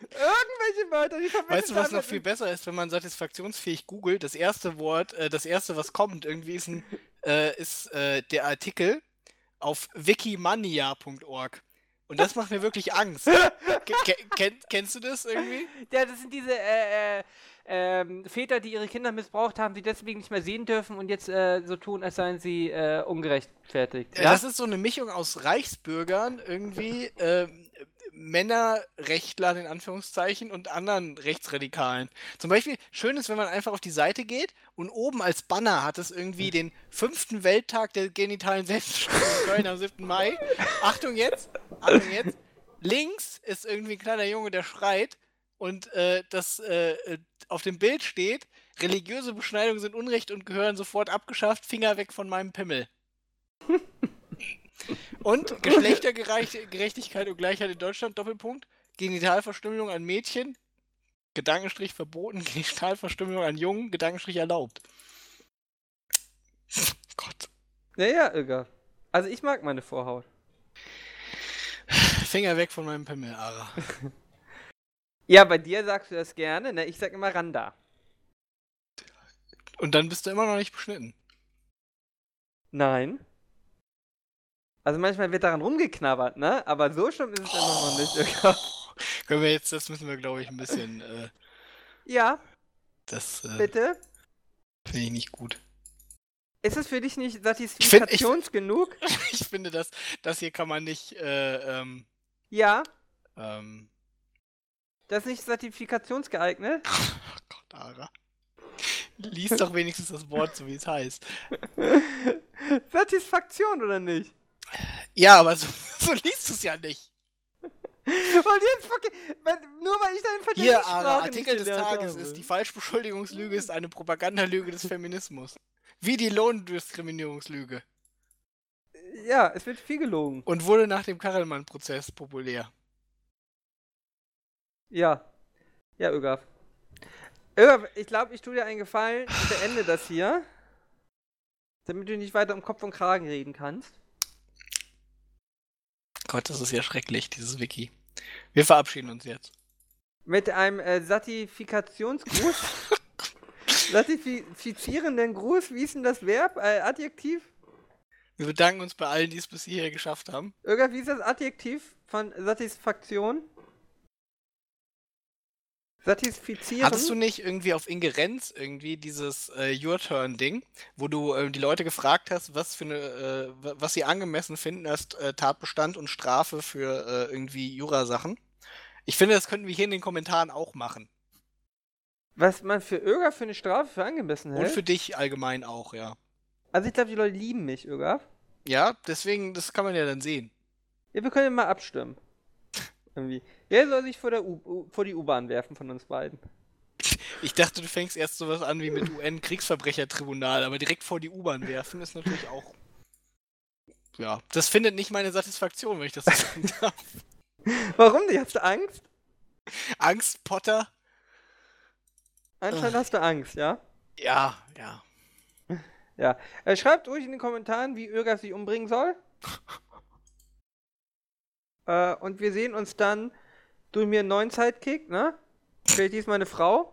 irgendwelche Wörter, die verwendest Weißt du, was damit noch viel besser ist, wenn man satisfaktionsfähig googelt? Das erste Wort, äh, das erste, was kommt, irgendwie ist, ein, äh, ist äh, der Artikel auf wikimania.org. Und das macht mir wirklich Angst. Ke ke kenn kennst du das irgendwie? Ja, das sind diese äh, äh, ähm, Väter, die ihre Kinder missbraucht haben, die deswegen nicht mehr sehen dürfen und jetzt äh, so tun, als seien sie äh, ungerechtfertigt. Ja, Äh, Das ist so eine Mischung aus Reichsbürgern, irgendwie ähm, Männerrechtlern in Anführungszeichen und anderen Rechtsradikalen. Zum Beispiel, schön ist, wenn man einfach auf die Seite geht und oben als Banner hat es irgendwie den fünften Welttag der genitalen Selbstbestimmung in Köln am 7. Mai. Achtung jetzt, Achtung jetzt. Links ist irgendwie ein kleiner Junge, der schreit und äh, das äh, äh, auf dem Bild steht, religiöse Beschneidungen sind Unrecht und gehören sofort abgeschafft, Finger weg von meinem Pimmel. (laughs) Und Geschlechtergerechtigkeit und Gleichheit in Deutschland, Doppelpunkt. Genitalverstümmelung an Mädchen. Gedankenstrich verboten, (laughs) Genitalverstümmelung an Jungen, Gedankenstrich erlaubt. Gott. Naja, Öger. Also ich mag meine Vorhaut. Finger weg von meinem Pimmel, Ara. Ja, bei dir sagst du das gerne, ne? Ich sag immer Randa. Und dann bist du immer noch nicht beschnitten. Nein. Also manchmal wird daran rumgeknabbert, ne? Aber so schlimm ist es dann noch nicht, (laughs) Öger. oh (laughs) Können wir jetzt, das müssen wir, glaube ich, ein bisschen, äh, Ja, das äh, bitte. finde ich nicht gut. (laughs) Ist es für dich nicht find- ich- satisfaktions genug? Ich finde, das, das hier kann man nicht, äh, ähm, Ja. ähm, Das ist nicht certifikationsgeeignet? oh Gott, Ara. Lies doch wenigstens das Wort, so wie es heißt. (laughs) Satisfaktion oder nicht? Ja, aber so, (laughs) so liest du es ja nicht. Weil jetzt fucking, weil, nur weil ich deinen Verdienst Hier, Ara, Artikel des Tages ist, die Falschbeschuldigungslüge ist eine Propagandalüge des Feminismus. Wie die Lohndiskriminierungslüge. Ja, es wird viel gelogen. Und wurde nach dem Karelmann-Prozess populär. Ja. Ja, Ögaf. Ögaf, ich glaube, ich tue dir einen Gefallen und beende das hier. Damit du nicht weiter um Kopf und Kragen reden kannst. Gott, das ist ja schrecklich, dieses Wiki. Wir verabschieden uns jetzt. Mit einem äh, (laughs) Satifikationsgruß. Satifizierenden Gruß, wie ist denn das Verb? Äh, Adjektiv? Wir bedanken uns bei allen, die es bis hierher geschafft haben. Ögaf, wie ist das Adjektiv von Satisfaktion? Satisfizieren? Hattest du nicht irgendwie auf Ingerenz irgendwie dieses äh, Your Turn-Ding, wo du äh, die Leute gefragt hast, was für eine, äh, wa- was sie angemessen finden als äh, Tatbestand und Strafe für äh, irgendwie Jurasachen? Ich finde, das könnten wir hier in den Kommentaren auch machen. Was man für Ögaf für eine Strafe für angemessen Und hält? für dich allgemein auch, ja. also ich glaube, die Leute lieben mich, Ögaf. Ja, deswegen, das kann man ja dann sehen. Ja, wir können ja mal abstimmen. Irgendwie. Wer soll sich vor, der U U- vor die U-Bahn werfen von uns beiden? Ich dachte, du fängst erst sowas an wie mit UN-Kriegsverbrechertribunal, aber direkt vor die U-Bahn werfen ist natürlich auch. Ja, das findet nicht meine Satisfaktion, wenn ich das so sagen darf. Warum nicht? Hast du Angst? Angst, Potter? Anscheinend Ah. hast du Angst, ja? Ja, ja. Ja. Äh, schreibt ruhig in den Kommentaren, wie Ögaf sich umbringen soll. äh, und wir sehen uns dann durch mir einen neuen Sidekick, ne? Vielleicht diesmal eine Frau.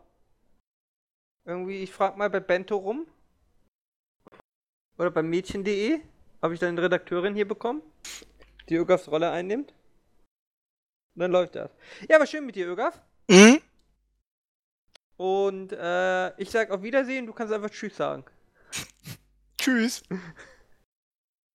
Irgendwie, ich frag mal bei Bento rum. Oder bei Mädchen.de. Habe ich dann eine Redakteurin hier bekommen, die Ögafs Rolle einnimmt. Und dann läuft das. Ja, aber schön mit dir, Ögaf. Mhm. Und äh, ich sag auf Wiedersehen, du kannst einfach Tschüss sagen. Tschüss.